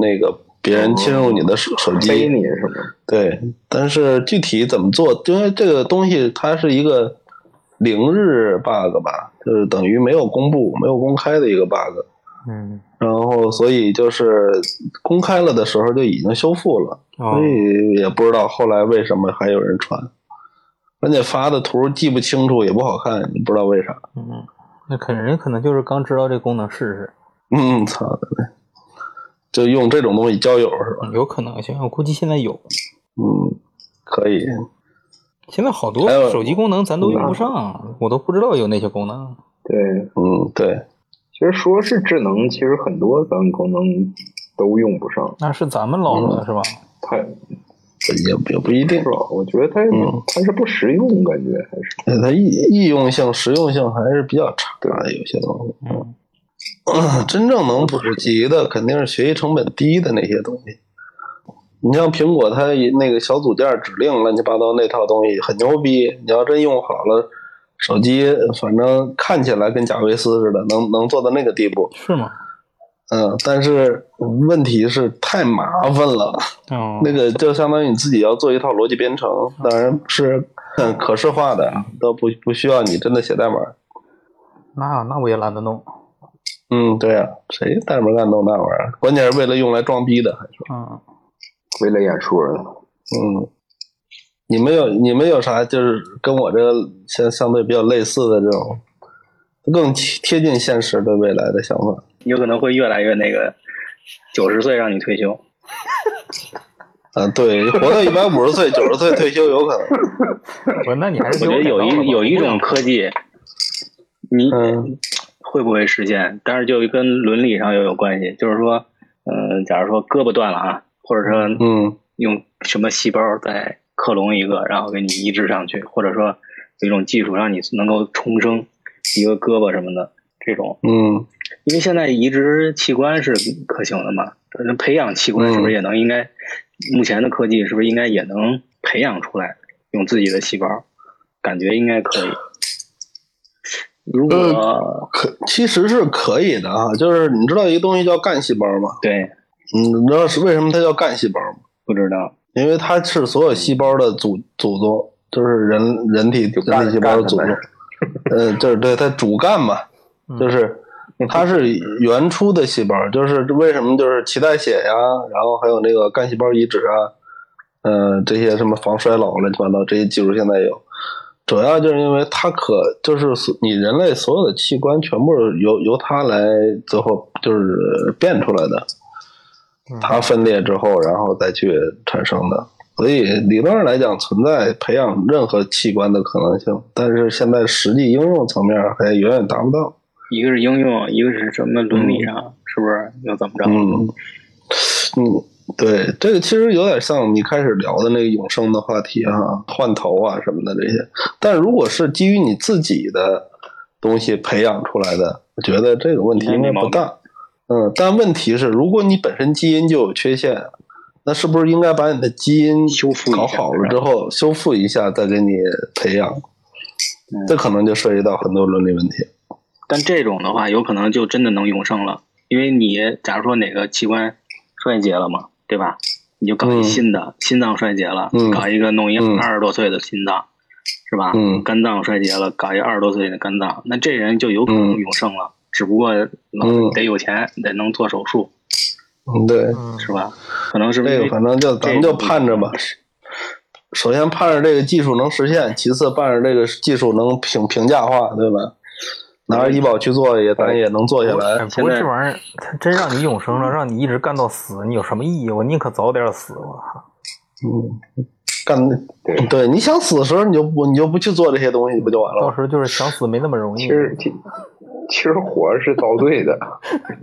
那个别人侵入你的手手机。
背你是吗？
对，但是具体怎么做，因为这个东西它是一个零日 bug 吧，就是等于没有公布、没有公开的一个 bug，
嗯，
然后所以就是公开了的时候就已经修复了，
哦
所，以也不知道后来为什么还有人传，而且发的图记不清楚，也不好看，也不知道为啥。
嗯，那可能人可能就是刚知道这功能试试，
嗯，操的嘞，就用这种东西交友是吧？
嗯有可能性。我估计现在有，
嗯，可以。
现在好多
还有
手机功能咱都用不上，我都不知道有那些功能。
对，
嗯，对，
其实说是智能，其实很多咱们功能都用不上。
那是咱们老了是吧？
它
也也不一定
是。吧？我觉得它、
嗯
它是不实用，感觉还是
对呃它易易用性、实用性还是比较差的，有些东西。
嗯，
真正能普及的，肯定是学习成本低的那些东西。你像苹果，它也那个小组件指令乱七八糟那套东西很牛逼，你要真用好了，手机反正看起来跟贾维斯似的，能能做到那个地步。
是吗？
嗯，但是问题是太麻烦了。
哦，
那个就相当于你自己要做一套逻辑编程，当然是哦嗯可视化的，都不不需要你真的写代码。
那那我也懒得弄。
嗯，对啊，谁代码干弄那玩意儿？关键是为了用来装逼的，还是
嗯，
为了演说的。
嗯。你们有你们有啥就是跟我这个相相对比较类似的这种更贴贴近现实的未来的想法？
有可能会越来越那个，九十岁让你退休，
啊，对，活到一百五十岁、九十岁退休有可能。
不是，那你还是
我觉得有
给我改造
一
吧
有一种科技，你
嗯
会不会实现？但是就跟伦理上又有关系，就是说，嗯、假如说胳膊断了啊，或者说
嗯
用什么细胞再克隆一个，然后给你移植上去，或者说有一种技术让你能够重生一个胳膊什么的这种，
嗯
因为现在移植器官是可行的嘛，那培养器官是不是也能应该？目前的科技是不是应该也能培养出来，用自己的细胞？感觉应该可以。如果、
可其实是可以的啊，就是你知道一个东西叫干细胞吗？
对，
嗯，你知道是为什么它叫干细胞吗？
不知道，
因为它是所有细胞的祖祖宗，就是人人体
就
人
干
体细胞的
干
祖
的
宗
呗。
呃，就是对它主干嘛， 就是它是原初的细胞，就是为什么就是脐带血呀，然后还有那个干细胞移植啊，呃，这些什么防衰老乱七八糟这些技术现在有，主要就是因为它可就是所你人类所有的器官全部是由由它来最后就是变出来的，它分裂之后然后再去产生的。所以理论上来讲，存在培养任何器官的可能性，但是现在实际应用层面还远远达不到。
一个是应用，一个是什么伦理上，是不是又怎么着？
嗯，嗯，对，这个其实有点像你开始聊的那个永生的话题啊，换头啊什么的这些。但如果是基于你自己的东西培养出来的，我觉得这个问题应该不大。嗯，但问题是，如果你本身基因就有缺陷，那是不是应该把你的基因
修复一下
搞好了之后修复一下，再给你培养？
嗯
这可能就涉及到很多伦理问题。
但这种的话，有可能就真的能永生了，因为你假如说哪个器官衰竭了嘛，对吧？你就搞一
嗯
新的，心脏衰竭了，
嗯
搞一个弄一
嗯
二十多岁的心脏，是吧？
嗯
肝脏衰竭了，搞一二十多岁的肝脏，那这人就有可能
嗯
永生了，只不过老
嗯
得有钱，得能做手术，
嗯，对。
嗯
是吧？可能是
这
为
个反正就咱们就盼着吧。首先盼着这个技术能实现，其次盼着这个技术能平平价化，对吧？拿着医保去做也，咱也能做下
哎
来。
不过这玩意儿，它真让你永生了，让你一直干到死，你有什么意义？我宁可早点死，我靠！
嗯，干
对
对，你想死的时候，你就不你就不去做这些东西，不就完了
到
吗？
时候就是想死没那么容易
其。实
嗯
其其实活是遭 罪的，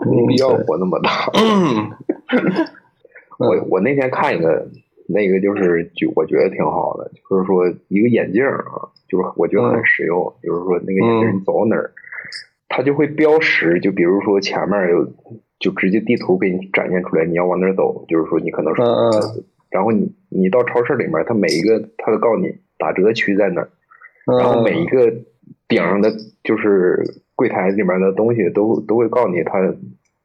没
嗯
必要活那么大。我我那天看一个，那个就是就我觉得挺好的，就是说一个眼镜儿啊，就是我觉得很实用，就是说那个眼镜儿
嗯
你走到哪儿，它就会标识，就比如说前面有，就直接地图给你展现出来，你要往哪儿走，就是说你可能是，
嗯嗯
然后你你到超市里面，它每一个它都告诉你打折区在哪儿，然后每一
嗯，
个顶上的就是柜台里面的东西都都会告诉你它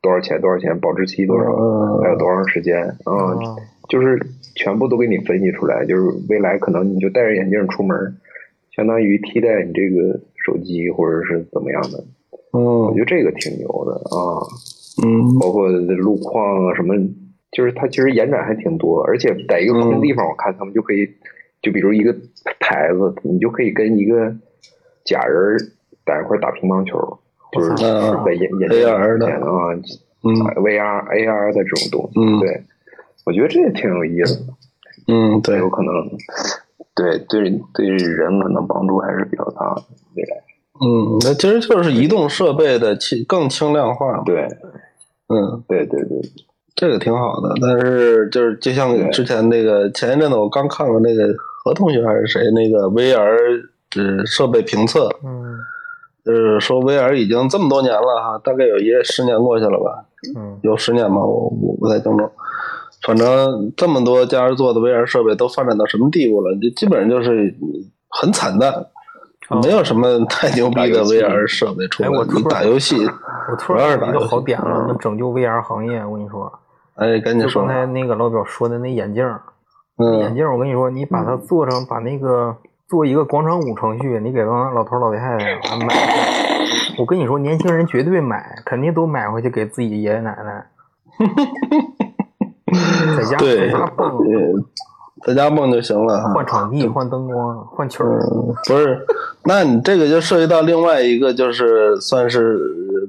多少钱多少钱，保质期多少，
嗯嗯
还有多长时间，
哦
嗯，
嗯，就是全部都给你分析出来，就是未来可能你就戴着眼镜出门，相当于替代你这个手机或者是怎么样的，我觉
嗯
得这个挺牛的啊，
嗯
包括路况啊什么，就是它其实延展还挺多，而且在一个空
嗯
地方，我看他们就可以，就比如一个台子，你就可以跟一个假人儿在一块儿打乒乓球，就是
嗯
在眼眼
AR 的
前啊
嗯
，VR、AR 的这种东西，
嗯
对，我觉得这也挺有意思的。
嗯，对
有，可能，对对对人可能帮助还是比较大的。未来
嗯，那其实就是移动设备的轻更轻量化嘛。
对
嗯，
对对对，
这个挺好的，但是就是就像
对
之前那个前一阵子我刚看过那个何同学还是谁那个 VR 呃设备评测，
嗯
就是说 VR 已经这么多年了哈，大概有一十年过去了吧，
嗯
有十年吧，我我不太清楚。反正这么多家做的 VR 设备都发展到什么地步了，就基本上就是很惨淡，
哦
没有什么太牛逼的
打游戏
VR 设备出来。
哎我突然
你打游戏，
我突然有一个好点了，能拯救 VR 行业。我跟你说，
哎，赶紧
就
嗯说
刚，才那个老表说的那眼镜儿，那眼
嗯
镜儿我跟你说，你把它做成，把那个做一个广场舞程序，你给帮老头儿老太太啊买一个。我跟你说，年轻人绝对买，肯定都买回去给自己爷爷奶奶。 在家在
对
家蹦，
呃在家梦就行了哈。
换场地，换灯光，换曲儿。
嗯，不是，那你这个就涉及到另外一个，就是算是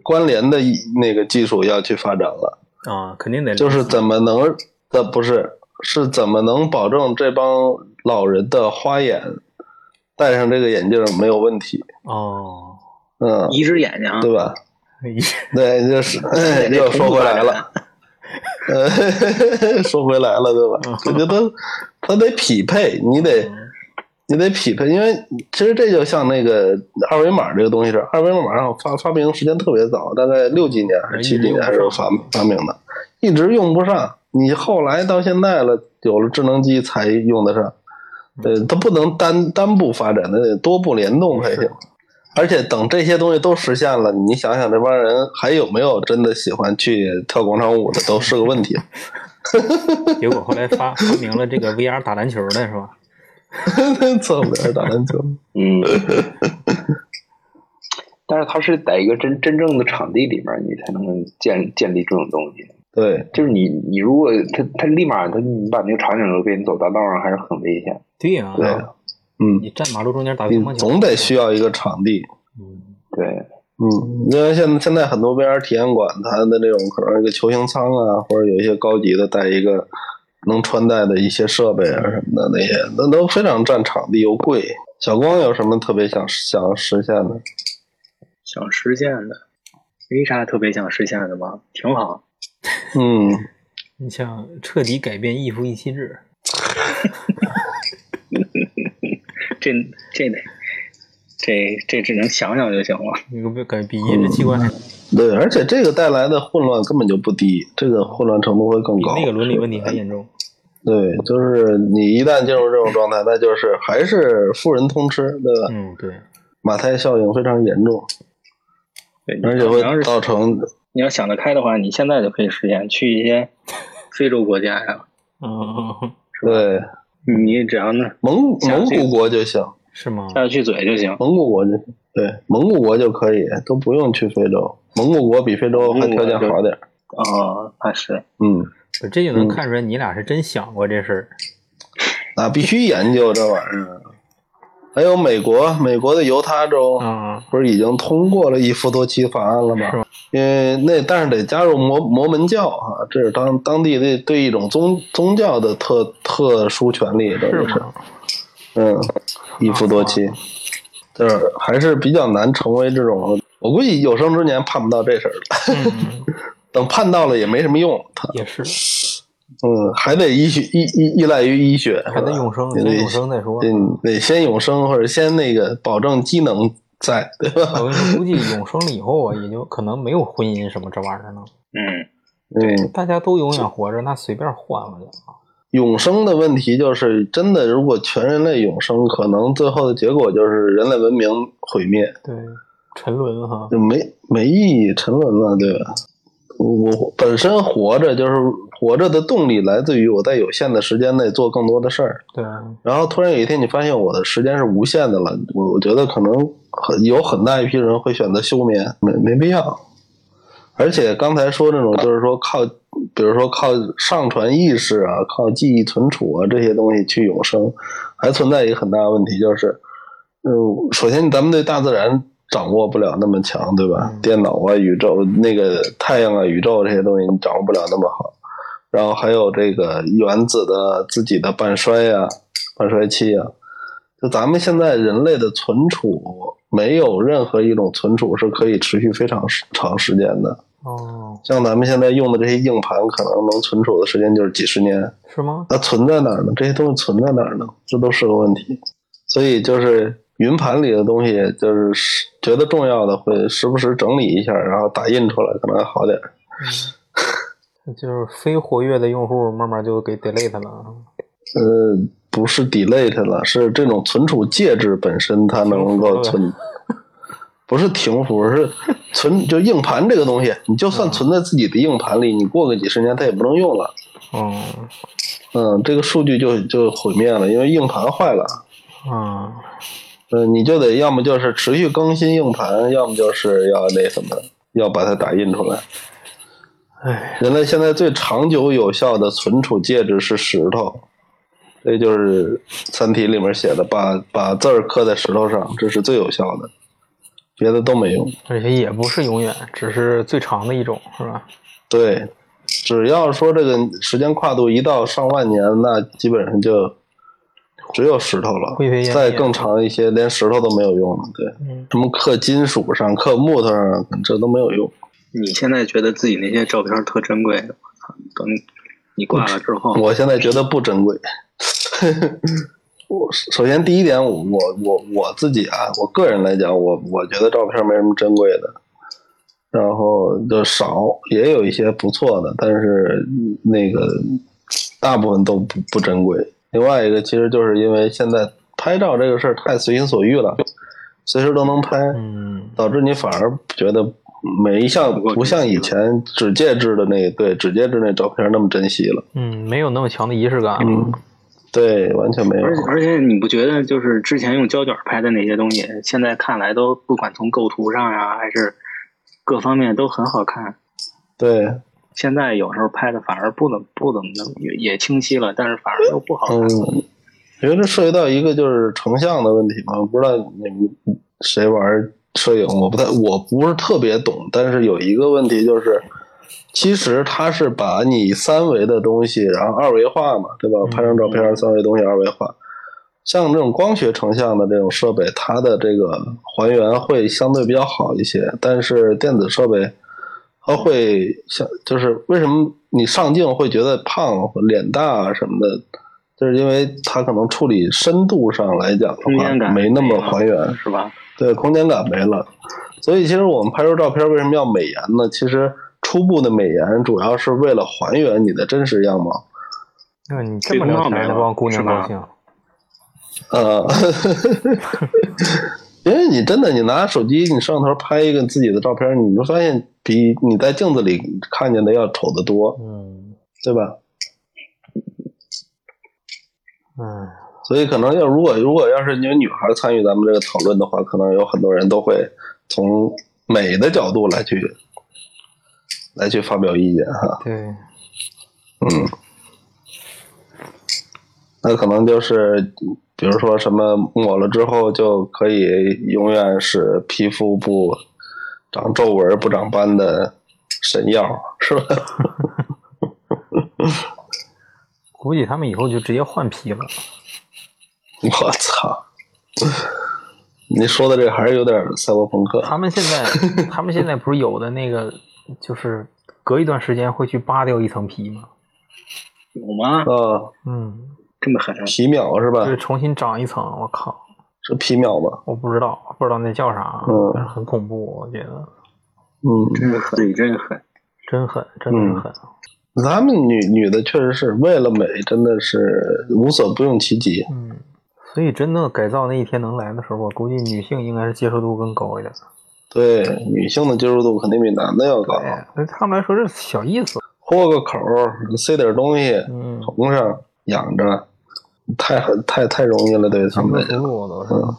关联的一那个技术要去发展了，
啊，肯定得
就是怎么能的不是是怎么能保证这帮老人的花眼戴上这个眼镜没有问题？
哦，
嗯，
一只眼睛啊，
对吧？
一
对，就是
得
又
重
说
复
回
发
来
展
了，呃，说回来了，对吧？我觉得它得匹配，你得你得匹配，因为其实这就像那个二维码这个东西是，二维码上发发明时间特别早，大概六几年还是七几年时候发发明的，一直用不上。你后来到现在了，有了智能机才用得上。呃，它不能单单步发展，它得多步联动才行。而且等这些东西都实现了，你想想这帮人还有没有真的喜欢去跳广场舞的，都是个问题。
结果后来发发明了这个 VR 打篮球的是吧？
侧边打篮球，
嗯。但是它是在一个真真正的场地里面，你才能建建立这种东西。
对，
就是你你如果它它立马它你把那个场景都给你走大道上，还是很危险。
对呀、啊
对嗯，
你站马路中间打乒乓
你
球，
总得需要一个场地。
嗯
对
嗯，因为现在现在很多 VR 体验馆，它的那种可能一个球形舱啊，或者有一些高级的带一个能穿戴的一些设备啊什么的那些，那都非常占场地又贵。小光有什么特别想想实现的？
想实现的，没啥特别想实现的吧，挺好。
嗯，
你像彻底改变一夫一妻制，
这这得，这这只能想想就行了。
那个感觉比移植器官还
嗯对，而且这个带来的混乱根本就不低，这个混乱程度会更
比
高。
那个伦理问题还严重。
对，就是你一旦进入这种状态，那就是还是富人通吃，对吧？
嗯，对，
马太效应非常严重，
对，你
而且
要
会
是
造成
你要想得开的话，你现在就可以实现，去一些非洲国家呀，
嗯，
对嗯
你只要呢
蒙
像
蒙
这个
古国就行，
是吗？
嗯
下得去嘴就行。
蒙古国就行对蒙古国就可以，都不用去非洲，蒙古国比非洲还条件好点儿。
哦，那是
嗯，
不是这就能看出来你俩是真想过这事儿。
啊那必须研究这玩意儿。还有美国，美国的犹他州，
嗯，
不是已经通过了一夫多妻法案了吗？
是吗
因为那但是得加入摩摩门教啊，这是当当地的对一种宗宗教的特特殊权利，这
是
个
吗？
嗯，一夫多妻，就是还是比较难成为这种。我估计有生之年盼不到这事儿了，
嗯，
等盼到了也没什么用。他
也是，
嗯，还得医学依依依赖于医学，
还得永生，得
你得
永生再说。
嗯，得先永生或者先那个保证机能在，对吧？
我跟你说，估计永生了以后啊，也就可能没有婚姻什么这玩意儿呢。
嗯，
嗯，
大家都永远活着，那随便换了就。啊
永生的问题就是真的，如果全人类永生，可能最后的结果就是人类文明毁灭，
对，沉沦哈。
就没没意义，沉沦了，对吧？我我本身活着就是活着的动力来自于我在有限的时间内做更多的事儿，
对，
然后突然有一天你发现我的时间是无限的了，我我觉得可能很有很大一批人会选择休眠，没没必要。而且刚才说这种就是说靠，比如说靠上传意识啊，靠记忆存储啊这些东西去永生，还存在一个很大的问题就是，嗯，首先咱们对大自然掌握不了那么强，对吧？
嗯
电脑啊、宇宙那个太阳啊、宇宙这些东西你掌握不了那么好，然后还有这个原子的自己的半衰啊、半衰期啊，就咱们现在人类的存储，没有任何一种存储是可以持续非常时长时间的。
哦，
像咱们现在用的这些硬盘，可能能存储的时间就是几十年。
是吗？
那存在哪儿呢？这些东西存在哪儿呢？这都是个问题。所以就是云盘里的东西，就是时觉得重要的会时不时整理一下，然后打印出来，可能还好点儿。
嗯，就是非活跃的用户慢慢就给 delete 了。啊
呃，不是 delete 了，是这种存储介质本身它能够存，不是停服，是存就硬盘这个东西，你就算存在自己的硬盘里，你过个几十年它也不能用了。
嗯
嗯，这个数据就就毁灭了，因为硬盘坏了。
嗯，
嗯，你就得要么就是持续更新硬盘，要么就是要那什么，要把它打印出来。
哎，
人类现在最长久有效的存储介质是石头，这就是《三体》里面写的，把把字儿刻在石头上，这是最有效的，别的都没用。
而且也不是永远，只是最长的一种，是吧？
对，只要说这个时间跨度一到上万年，那基本上就只有石头了
灰飞烟。灭
再更长一些，连石头都没有用了。对，
嗯，
什么刻金属上、刻木头上，这都没有用。
你现在觉得自己那些照片特珍贵，我操！等你挂了之后，
我现在觉得不珍贵。我首先第一点，我我我我自己啊，我个人来讲，我我觉得照片没什么珍贵的，然后就少，也有一些不错的，但是那个大部分都不不珍贵。另外一个，其实就是因为现在拍照这个事儿太随心所欲了，随时都能拍，
嗯，
导致你反而觉得没像
不够
不像
珍惜
以
了
前纸介质的那对纸介质那照片那么珍惜了。
嗯，没有那么强的仪式感。啊
嗯，对，完全没有
而。且而且你不觉得就是之前用胶卷拍的那些东西，现在看来都不管从构图上呀、还是各方面都很好看。
对，
现在有时候拍的反而不怎么不怎么的，也也清晰了，但是反而又不好看。
嗯，因为这涉及到一个就是成像的问题嘛，不知道你们谁玩摄影，我不太，我不是特别懂，但是有一个问题就是，其实它是把你三维的东西，然后二维化嘛，对吧？拍张照片，三维东西二维化。像这种光学成像的这种设备，它的这个还原会相对比较好一些，但是电子设备它会像就是为什么你上镜会觉得胖、脸大啊什么的，就是因为它可能处理深度上来讲的
空间
话
感
没那么
了
还原，
是吧？
对，空间感没了。所以其实我们拍出照片为什么要美颜呢？其实初步的美颜主要是为了还原你的真实样貌。
那你这么聊天，那帮姑娘高兴。
呃， 因为你真的，你拿手机，你摄像头拍一个自己的照片，你会发现比你在镜子里看见的要丑得多，
嗯
对吧？
嗯，
所以可能要如果如果要是有女孩参与咱们这个讨论的话，可能有很多人都会从美的角度来去来去发表意见哈。
对，
嗯，那可能就是比如说什么抹了之后就可以永远使皮肤不长皱纹、不长斑的神药，是吧？
估计他们以后就直接换皮了。
我操！你说的这还是有点赛博朋克。
他们现 在，他们现在不是有的那个，就是隔一段时间会去扒掉一层皮吗？
有吗？
啊，
嗯，
这么狠？
皮秒是吧
就？是重新长一层。我靠，
是皮秒吧？
我不知道，不知道那叫啥，
嗯
但是很恐怖，我觉得
嗯，
真狠，对，真狠。
真狠，真的是
嗯
狠。啊
咱们女女的确实是为了美，真的是无所不用其极。
嗯，所以真的改造那一天能来的时候，我估计女性应该是接受度更高一点。
啊对，女性的接受度肯定比男的要高。
哎，对他们来说这小意思。
豁个口儿，塞点东西，
嗯，
缝上养着，太太太容易了，对他
行
们嗯
车轱
来讲。
辘都是。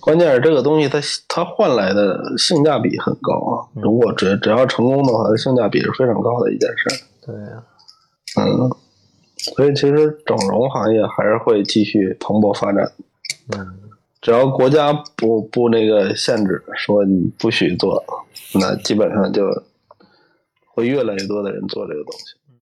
关键是这个东西它，它换来的性价比很高啊！
嗯
如果只只要成功的话，性价比是非常高的一件事儿。
对，啊
嗯，所以其实整容行业还是会继续蓬勃发展。
嗯，
只要国家不不那个限制，说你不许做，那基本上就会越来越多的人做这个东西。